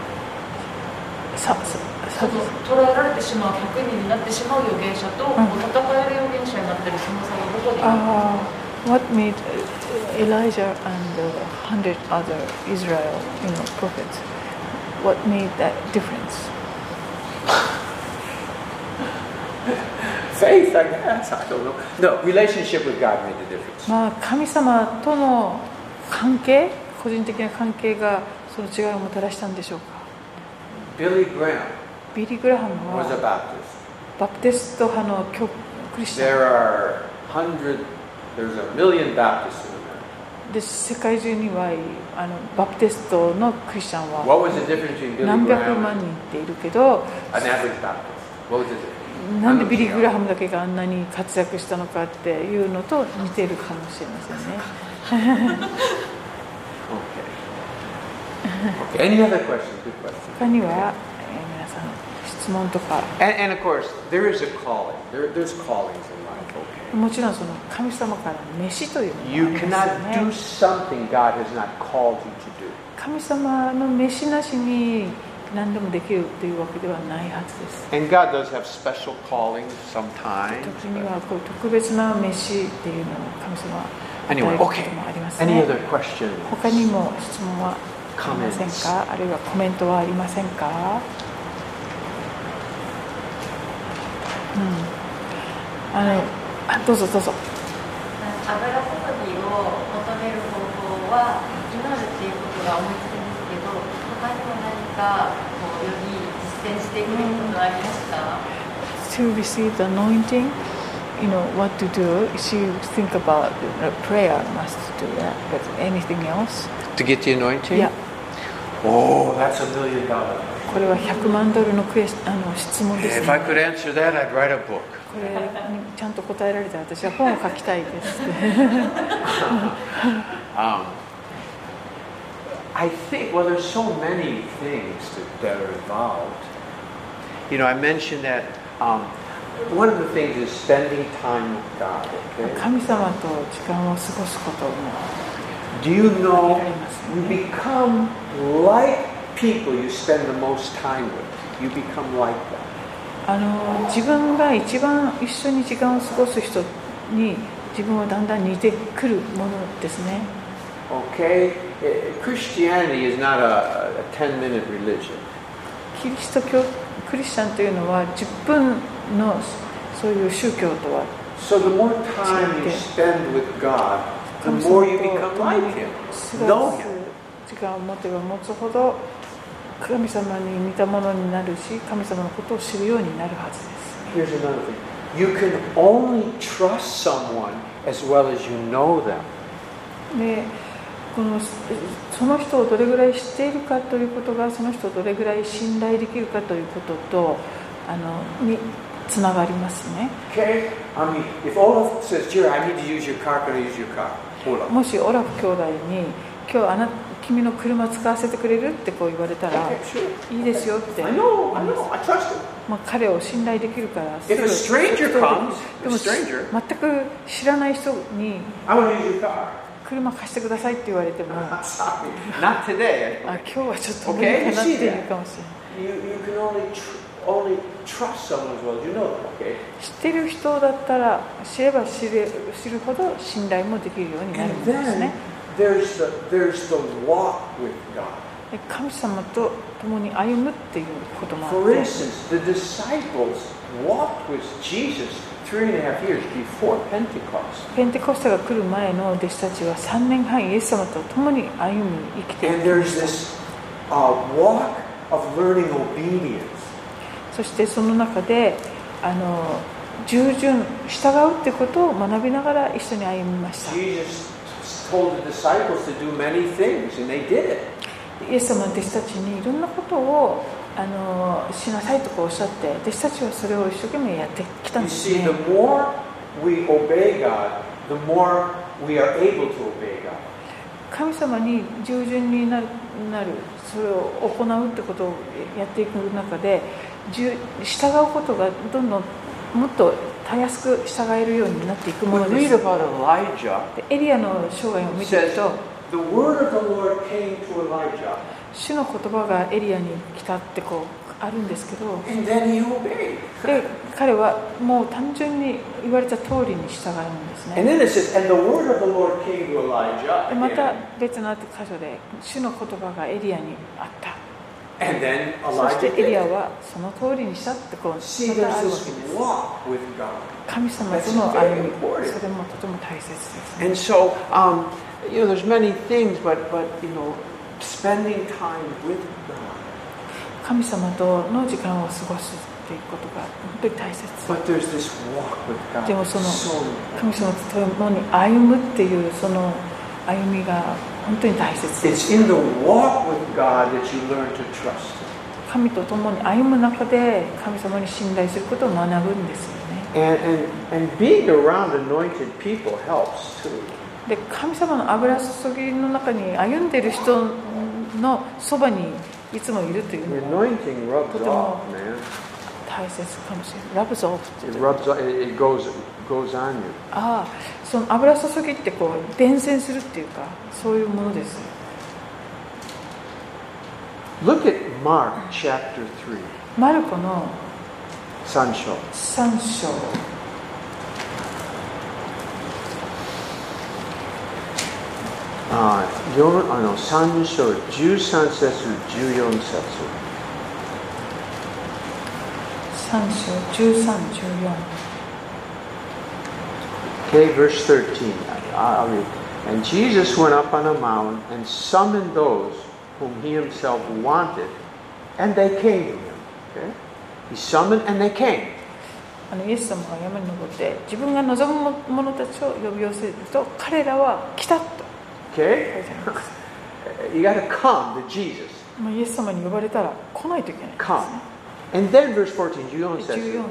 Speaker 2: ささ
Speaker 5: そ
Speaker 2: さ
Speaker 5: の捉えられてしまう100人になってしまう預言者と、
Speaker 2: ん
Speaker 5: もう戦える預言者になってるその差はどこにある
Speaker 2: Ah, what made Elijah and the hundred other Israel, you know, prophets? What made that difference?
Speaker 1: Faith, I guess. I don't know. No, relationship with God made the difference.
Speaker 2: まあ神様との関係、個人的な関係がその違いをもたらしたんでしょうか。
Speaker 1: Billy Graham
Speaker 2: ビリー・グラハム
Speaker 1: was a
Speaker 2: は
Speaker 1: Baptist.
Speaker 2: バプテスト派の教クリスチャン
Speaker 1: There are hundred, there's a million Baptists in America.
Speaker 2: で世界中にはあのバプテストのクリスチャン
Speaker 1: What
Speaker 2: は
Speaker 1: was the difference between Billy
Speaker 2: 何百
Speaker 1: Graham
Speaker 2: 万
Speaker 1: and
Speaker 2: 人っているけど
Speaker 1: an average Baptist? What was the difference?
Speaker 2: なんでビリー・グラハムだけがあんなに活躍したのかっていうのと似ているかもしれませんね。
Speaker 1: Okay. okay. Any other questions? Good question.
Speaker 2: 他には、えー皆さん質問とか
Speaker 1: And, and of course, there is a calling. There, there's callings in life. Okay.
Speaker 2: もちろんその神様から飯というの
Speaker 1: You
Speaker 2: がありま
Speaker 1: cannot
Speaker 2: すよ
Speaker 1: do
Speaker 2: ね
Speaker 1: something God has not called you to do.
Speaker 2: 神様の飯なしに何でもできるというわけではないはずです
Speaker 6: And God does have special callings sometimes.
Speaker 2: 時にはこう特別な飯っていうのを神様は与え
Speaker 1: Anyway,
Speaker 2: ること
Speaker 1: okay.
Speaker 2: もありますね、
Speaker 1: Any other questions?
Speaker 2: 他にも質問はありませんかあるいはコメントはありませんか、うん、あのあどうぞどうぞ
Speaker 5: 油注ぎを求める方法は祈るっていうことが思いつきますけど他にも何かこうより実践していくべきことはありました、
Speaker 2: to receive the anointing, you know what to do. She think about the prayer must do that, but anything else,
Speaker 6: To get the anointing?
Speaker 2: いや、
Speaker 1: Oh, that's a million dollars.
Speaker 2: これは100万ドルのクエスあの質問です、
Speaker 6: If
Speaker 2: ね。
Speaker 6: I could answer that, I'd write a book.
Speaker 2: これにちゃんと答えられたら私は本を書きたいです。
Speaker 1: Um, I think, well, there's so many things that, that are involved. You know, I mentioned that um, one of the things is spending time with God, okay?
Speaker 2: 神様と時間を過ごすことも
Speaker 1: Do you know you become like people you spend the most time with? You become like them.
Speaker 2: あの自分が一番一緒に時間を過ごす人に自分はだんだん似てくるものですね。
Speaker 1: Okay? Eh, Christianity is not a, a 10 minute religion.
Speaker 2: キリスト教クリスチャンというのは10分のそういう宗教とは
Speaker 1: So the more time you
Speaker 2: Okay.
Speaker 1: spend with God, the
Speaker 2: 神様
Speaker 1: more you
Speaker 2: と
Speaker 1: become
Speaker 2: 共
Speaker 1: like
Speaker 2: に
Speaker 1: Him,
Speaker 2: 過
Speaker 1: know
Speaker 2: ご
Speaker 1: Him.
Speaker 2: す時間を持てば持つほど神様に似たものになるし神様のことを知るようになるはずです
Speaker 1: Here's another thing. You can only trust someone as well as you know them.
Speaker 2: でこのその人をどれぐらい知っているかということがその人をどれぐらい信頼できるかということとあのにつながりますね
Speaker 1: Okay? I mean, if Olaf says, Jerry, I need to use your car, can I use your car? Olaf.
Speaker 2: もしオラフ兄弟に「今日あな君の車使わせてくれる?」ってこう言われたら
Speaker 1: Okay, sure.
Speaker 2: 「いいですよ」って。
Speaker 1: I know, I know, I trust him.
Speaker 2: まあ、彼を信頼できるからす
Speaker 1: If a
Speaker 2: ぐ
Speaker 1: stranger comes,
Speaker 2: で
Speaker 1: a
Speaker 2: も
Speaker 1: stranger,
Speaker 2: 全く知らない人に
Speaker 1: I want to use your car.
Speaker 2: 車貸してくださいって言われても あ
Speaker 1: Sorry, not today.
Speaker 2: 今日はちょっと
Speaker 1: Okay,
Speaker 2: 無理かなっ
Speaker 1: you see
Speaker 2: ていう
Speaker 1: that.
Speaker 2: かもしれな
Speaker 1: You, you
Speaker 2: い
Speaker 1: can only, tr- only trust someone as well as you know them, okay?
Speaker 2: 知ってる人だったら知れば知れ知るほど信頼もできるようになるん
Speaker 1: And
Speaker 2: ですね
Speaker 1: then there's the, there's the walk with God.
Speaker 2: で神様と共に歩むっていうこともあ
Speaker 1: For
Speaker 2: って
Speaker 1: instance, the disciples walked with Jesus three and a half years before Pentecost.
Speaker 2: ペンテコステが来る前の弟子たちは3年半イエス様と共に歩み生きてい
Speaker 1: And
Speaker 2: る
Speaker 1: there's this uh, walk of learning obedience.
Speaker 2: そしてその中であの従順従うってことを学びながら一緒に歩みました
Speaker 1: Jesus told the disciples to do many things, and they did it.
Speaker 2: イエス様の弟子たちにいろんなことをあのしなさいとこうおっしゃって弟子たちはそれを一生懸命やってきたん
Speaker 1: You
Speaker 2: です
Speaker 1: see,
Speaker 2: ね
Speaker 1: the more we obey God, the more we are able to obey God.
Speaker 2: 神様に従順になるなるそれを行うってことをやっていく中で従従うことがどんどんもっとたやすく従えるようになっていくも
Speaker 6: When
Speaker 2: の
Speaker 6: we
Speaker 2: で
Speaker 6: read
Speaker 2: す
Speaker 6: about Elijah,
Speaker 2: でエリアの生涯を
Speaker 6: it
Speaker 2: 見てる
Speaker 6: says
Speaker 2: と
Speaker 1: the word of the Lord came to Elijah,
Speaker 2: 主の言葉がエリアに来たってこうあるんですけど
Speaker 1: and then he obeyed.
Speaker 2: で彼はもう単純に言われた通りに従うんです
Speaker 1: And
Speaker 2: ね
Speaker 1: then it says, and the word of the Lord came to Elijah,
Speaker 2: でまた
Speaker 1: again.
Speaker 2: 別の箇所で主の言葉がエリアにあった
Speaker 1: and then
Speaker 2: そして
Speaker 1: Elijah
Speaker 2: エリア
Speaker 1: did.
Speaker 2: はその通りにしたってこう
Speaker 1: See,
Speaker 2: またあ
Speaker 1: there's
Speaker 2: るわけ
Speaker 1: this
Speaker 2: です
Speaker 1: walk with God.
Speaker 2: 神様との歩みそれもとても大切ですね
Speaker 1: And so, um, you know, there's many things, but but you know, spending time with God.
Speaker 2: 神様との時間を過ごすっていうことが本当に大切
Speaker 1: But there's this walk with God.
Speaker 2: でもその、
Speaker 1: so important.
Speaker 2: 神様と共に歩むっていうその歩みが本当に大切です
Speaker 1: It's in the walk with God that you learn to trust. Him.
Speaker 2: 神と共に歩む中で神様に信頼することを学ぶんですよね
Speaker 1: And and and being around anointed people helps too.
Speaker 2: で神様の油注ぎの中に歩んでいる人のそばにいつもいると
Speaker 1: The
Speaker 2: いうのも
Speaker 1: anointing rubs
Speaker 2: とても。
Speaker 1: off, man.
Speaker 2: 大切かもしれないラブゾーフ
Speaker 1: It
Speaker 2: っていう
Speaker 1: rubs. It it goes. It goes on you.
Speaker 2: ああその油注ぎってこう伝染するっていうかそういうものです
Speaker 1: Look at Mark chapter three.
Speaker 2: マルコの
Speaker 1: Sancho.
Speaker 2: 3章
Speaker 1: Uh, 4あの3章13節14節
Speaker 2: 3章1314
Speaker 1: Okay, verse 13. I- I'll read. And Jesus went up on a mountain and summoned those whom he himself wanted, and they came to him. Okay? He summoned and they came.
Speaker 2: あのイエス様が山に登って自分が望む者たちを呼び寄せると彼らは来たと
Speaker 1: Okay?
Speaker 2: 書いてあります
Speaker 1: You got to come to Jesus.
Speaker 2: まあイエス様に呼ばれたら来ないといけないんです
Speaker 1: Come. And then verse 14, 14
Speaker 2: ねで
Speaker 1: says,
Speaker 2: 14節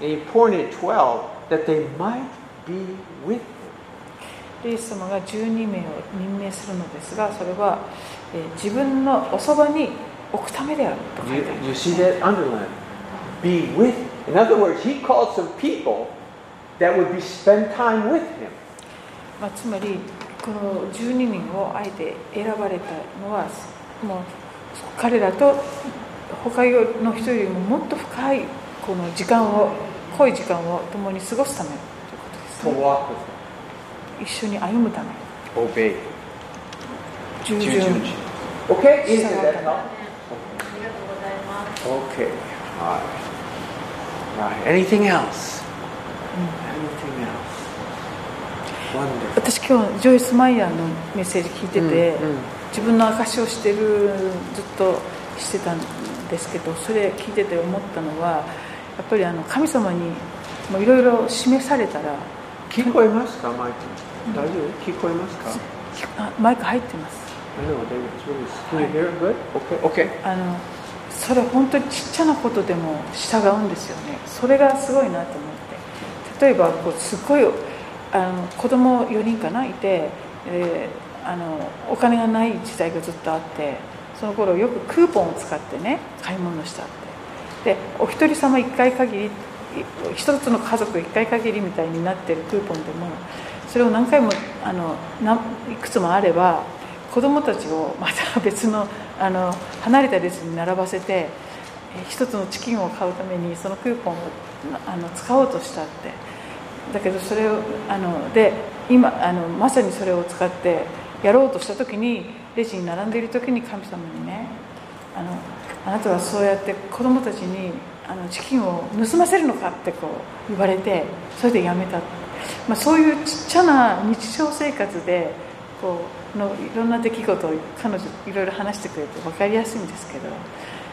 Speaker 1: And he appointed 12 that they might be with him.
Speaker 2: でイエス様が12名を任命するのですがそれは、えー自分のおそばに置くためであると書い
Speaker 1: You,
Speaker 2: てあり
Speaker 1: you
Speaker 2: ま
Speaker 1: see
Speaker 2: す、
Speaker 1: that underlined? Be with. In other words, he called some people that would be spend time with him.
Speaker 2: まあ、つまりこの12人をあえて選ばれたのはもう彼らと他の人よりももっと深いこの時間を濃い時間を共に過ごすためということです、
Speaker 1: To
Speaker 2: ね
Speaker 1: walk with him.
Speaker 2: 一緒に歩むため
Speaker 7: Obey.
Speaker 2: 従
Speaker 7: Ju-
Speaker 2: 順
Speaker 7: ju- ju.
Speaker 1: Okay? Isn't that
Speaker 5: あ
Speaker 1: help?
Speaker 5: りがとうございます。
Speaker 7: Okay. All right. Right. Anything else? Anything else? Wonderful.
Speaker 2: 私今日ジョイス・マイヤーのメッセージ聞いてて、
Speaker 1: Mm,
Speaker 2: 自分の証しをしてるずっとしてたんですけどそれ聞いてて思ったのはやっぱりあの神様にもういろいろ示されたら
Speaker 1: 聞こえますか、マイク？大丈夫？聞こえますか？
Speaker 2: あマイク入ってます
Speaker 1: I know, David, it's really. Can you hear it good? Okay. Okay.
Speaker 2: あのそれ本当にちっちゃなことでも従うんですよねそれがすごいなと思って例えばこうすごいあの子供4人かないて、えーあのお金がない時代がずっとあってその頃よくクーポンを使ってね買い物したってでお一人様1回限りい一つの家族1回限りみたいになってるクーポンでもそれを何回もあのないくつもあれば子どもたちをまた別のあの離れた列に並ばせてえ一つのチキンを買うためにそのクーポンをあの使おうとしたってだけどそれをあので今あのまさにそれを使ってやろうとした時にレジに並んでいる時に神様にねあのあなたはそうやって子供たちにあのチキンを盗ませるのかってこう言われてそれでやめた、まあ、そういうちっちゃな日常生活でこうのいろんな出来事を彼女いろいろ話してくれて分かりやすいんですけど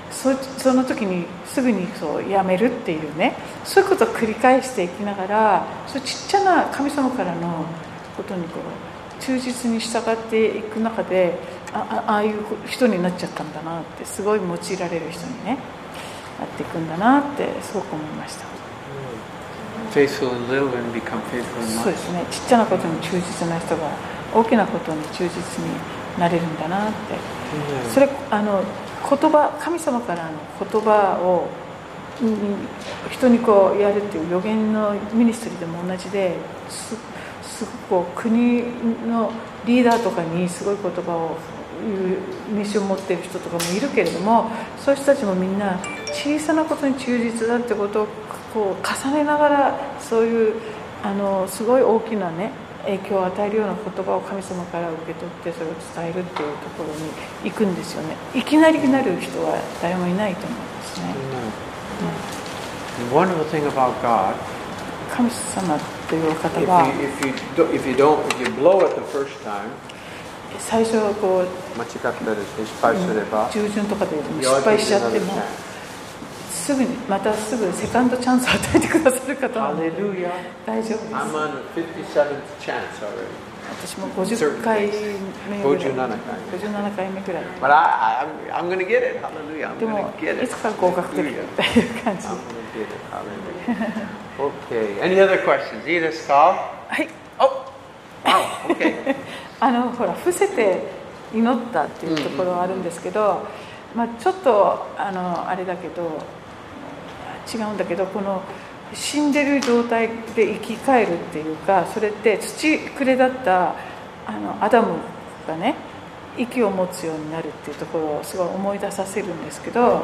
Speaker 2: そその時にすぐにそうやめるっていうねそういうことを繰り返していきながらそういうちっちゃな神様からのことにこう忠実に従っていく中でああああいう人になっちゃったんだなってすごい用いられる人にねなっていくんだなってすごく思いました
Speaker 1: Faithful in little and become faithful in
Speaker 2: そうで
Speaker 1: much.
Speaker 2: すねちっちゃなことに忠実な人が大きなことに忠実になれるんだなってそれあの言葉神様からの言葉をうん人にこうやるっていう予言のミニストリーでも同じですすごくこう国のリーダーとかにすごい言葉を言う名刺を持っている人とかもいるけれどもそういう人たちもみんな小さなことに忠実だってことをこう重ねながらそういうあのすごい大きなね影響を与えるような言葉を神様から受け取ってそれを伝えるっていうところに行くんですよねいきなりなる人は誰もいないと思いますね
Speaker 1: The wonderful thing about God,
Speaker 2: 神様というお方
Speaker 1: if
Speaker 2: は
Speaker 1: you, if you, do, if you don't, if you blow it the first time,
Speaker 2: 最初はこう
Speaker 1: 間違ったり失敗すれば、
Speaker 2: 従順とかで失敗しちゃってもすぐにまたすぐセカンドチャンスを与えてくださる方なので
Speaker 1: Hallelujah.
Speaker 2: 大丈夫で
Speaker 1: I'm
Speaker 2: す
Speaker 1: on the 57th chance already.
Speaker 2: 私も50回目ぐらい
Speaker 1: 57回
Speaker 2: 57回目ぐらい
Speaker 1: But I, I, I'm, I'm going to get it. Hallelujah. I'm
Speaker 2: でも
Speaker 1: going to get
Speaker 2: い
Speaker 1: it.
Speaker 2: つか合格できる
Speaker 1: Hallelujah.
Speaker 2: という感じ
Speaker 1: I'm going to get it. Hallelujah. Oh. okay. Any other questions? Either Scott?
Speaker 2: はい
Speaker 1: Oh. Wow. Okay.
Speaker 2: あのほら伏せて祈ったっていうところはあるんですけど、まあ、ちょっとあのあれだけど違うんだけどこの死んでる状態で生き返るっていうかそれって土くれだったあのアダムがね息を持つようになるっていうところをすごい思い出させるんですけど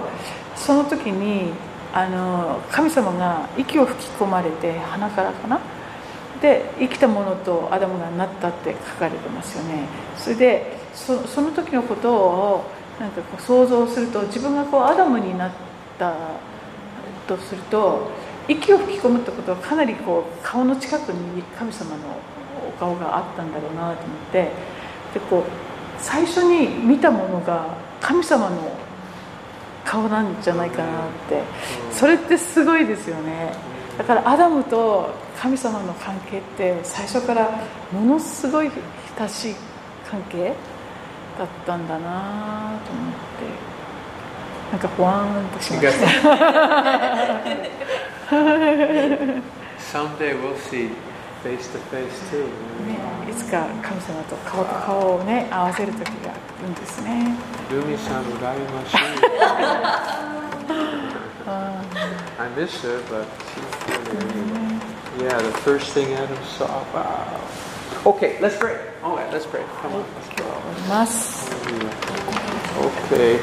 Speaker 2: その時にあの神様が息を吹き込まれて鼻からかなで生きたものとアダムがなったって書かれてますよねそれでそその時のことをなんかこう想像すると自分がこうアダムになったとすると息を吹き込むってことはかなりこう顔の近くに神様のお顔があったんだろうなと思ってでこう最初に見たものが神様の顔なんじゃないかなってそれってすごいですよねだからアダムと神様の関係って最初からものすごい親しい関係だったんだなと思ってなんかほわーんとしました
Speaker 1: Someday we'll see face to face too.
Speaker 2: いつか神様と顔と顔をね合わせる時が来るんですね
Speaker 1: Rumi-san, I miss her, but she's doing it anyway. Yeah, the first thing Adam saw. Wow. Okay, let's pray. All right, let's pray. Come on, let's pray.
Speaker 2: 思います
Speaker 1: Okay.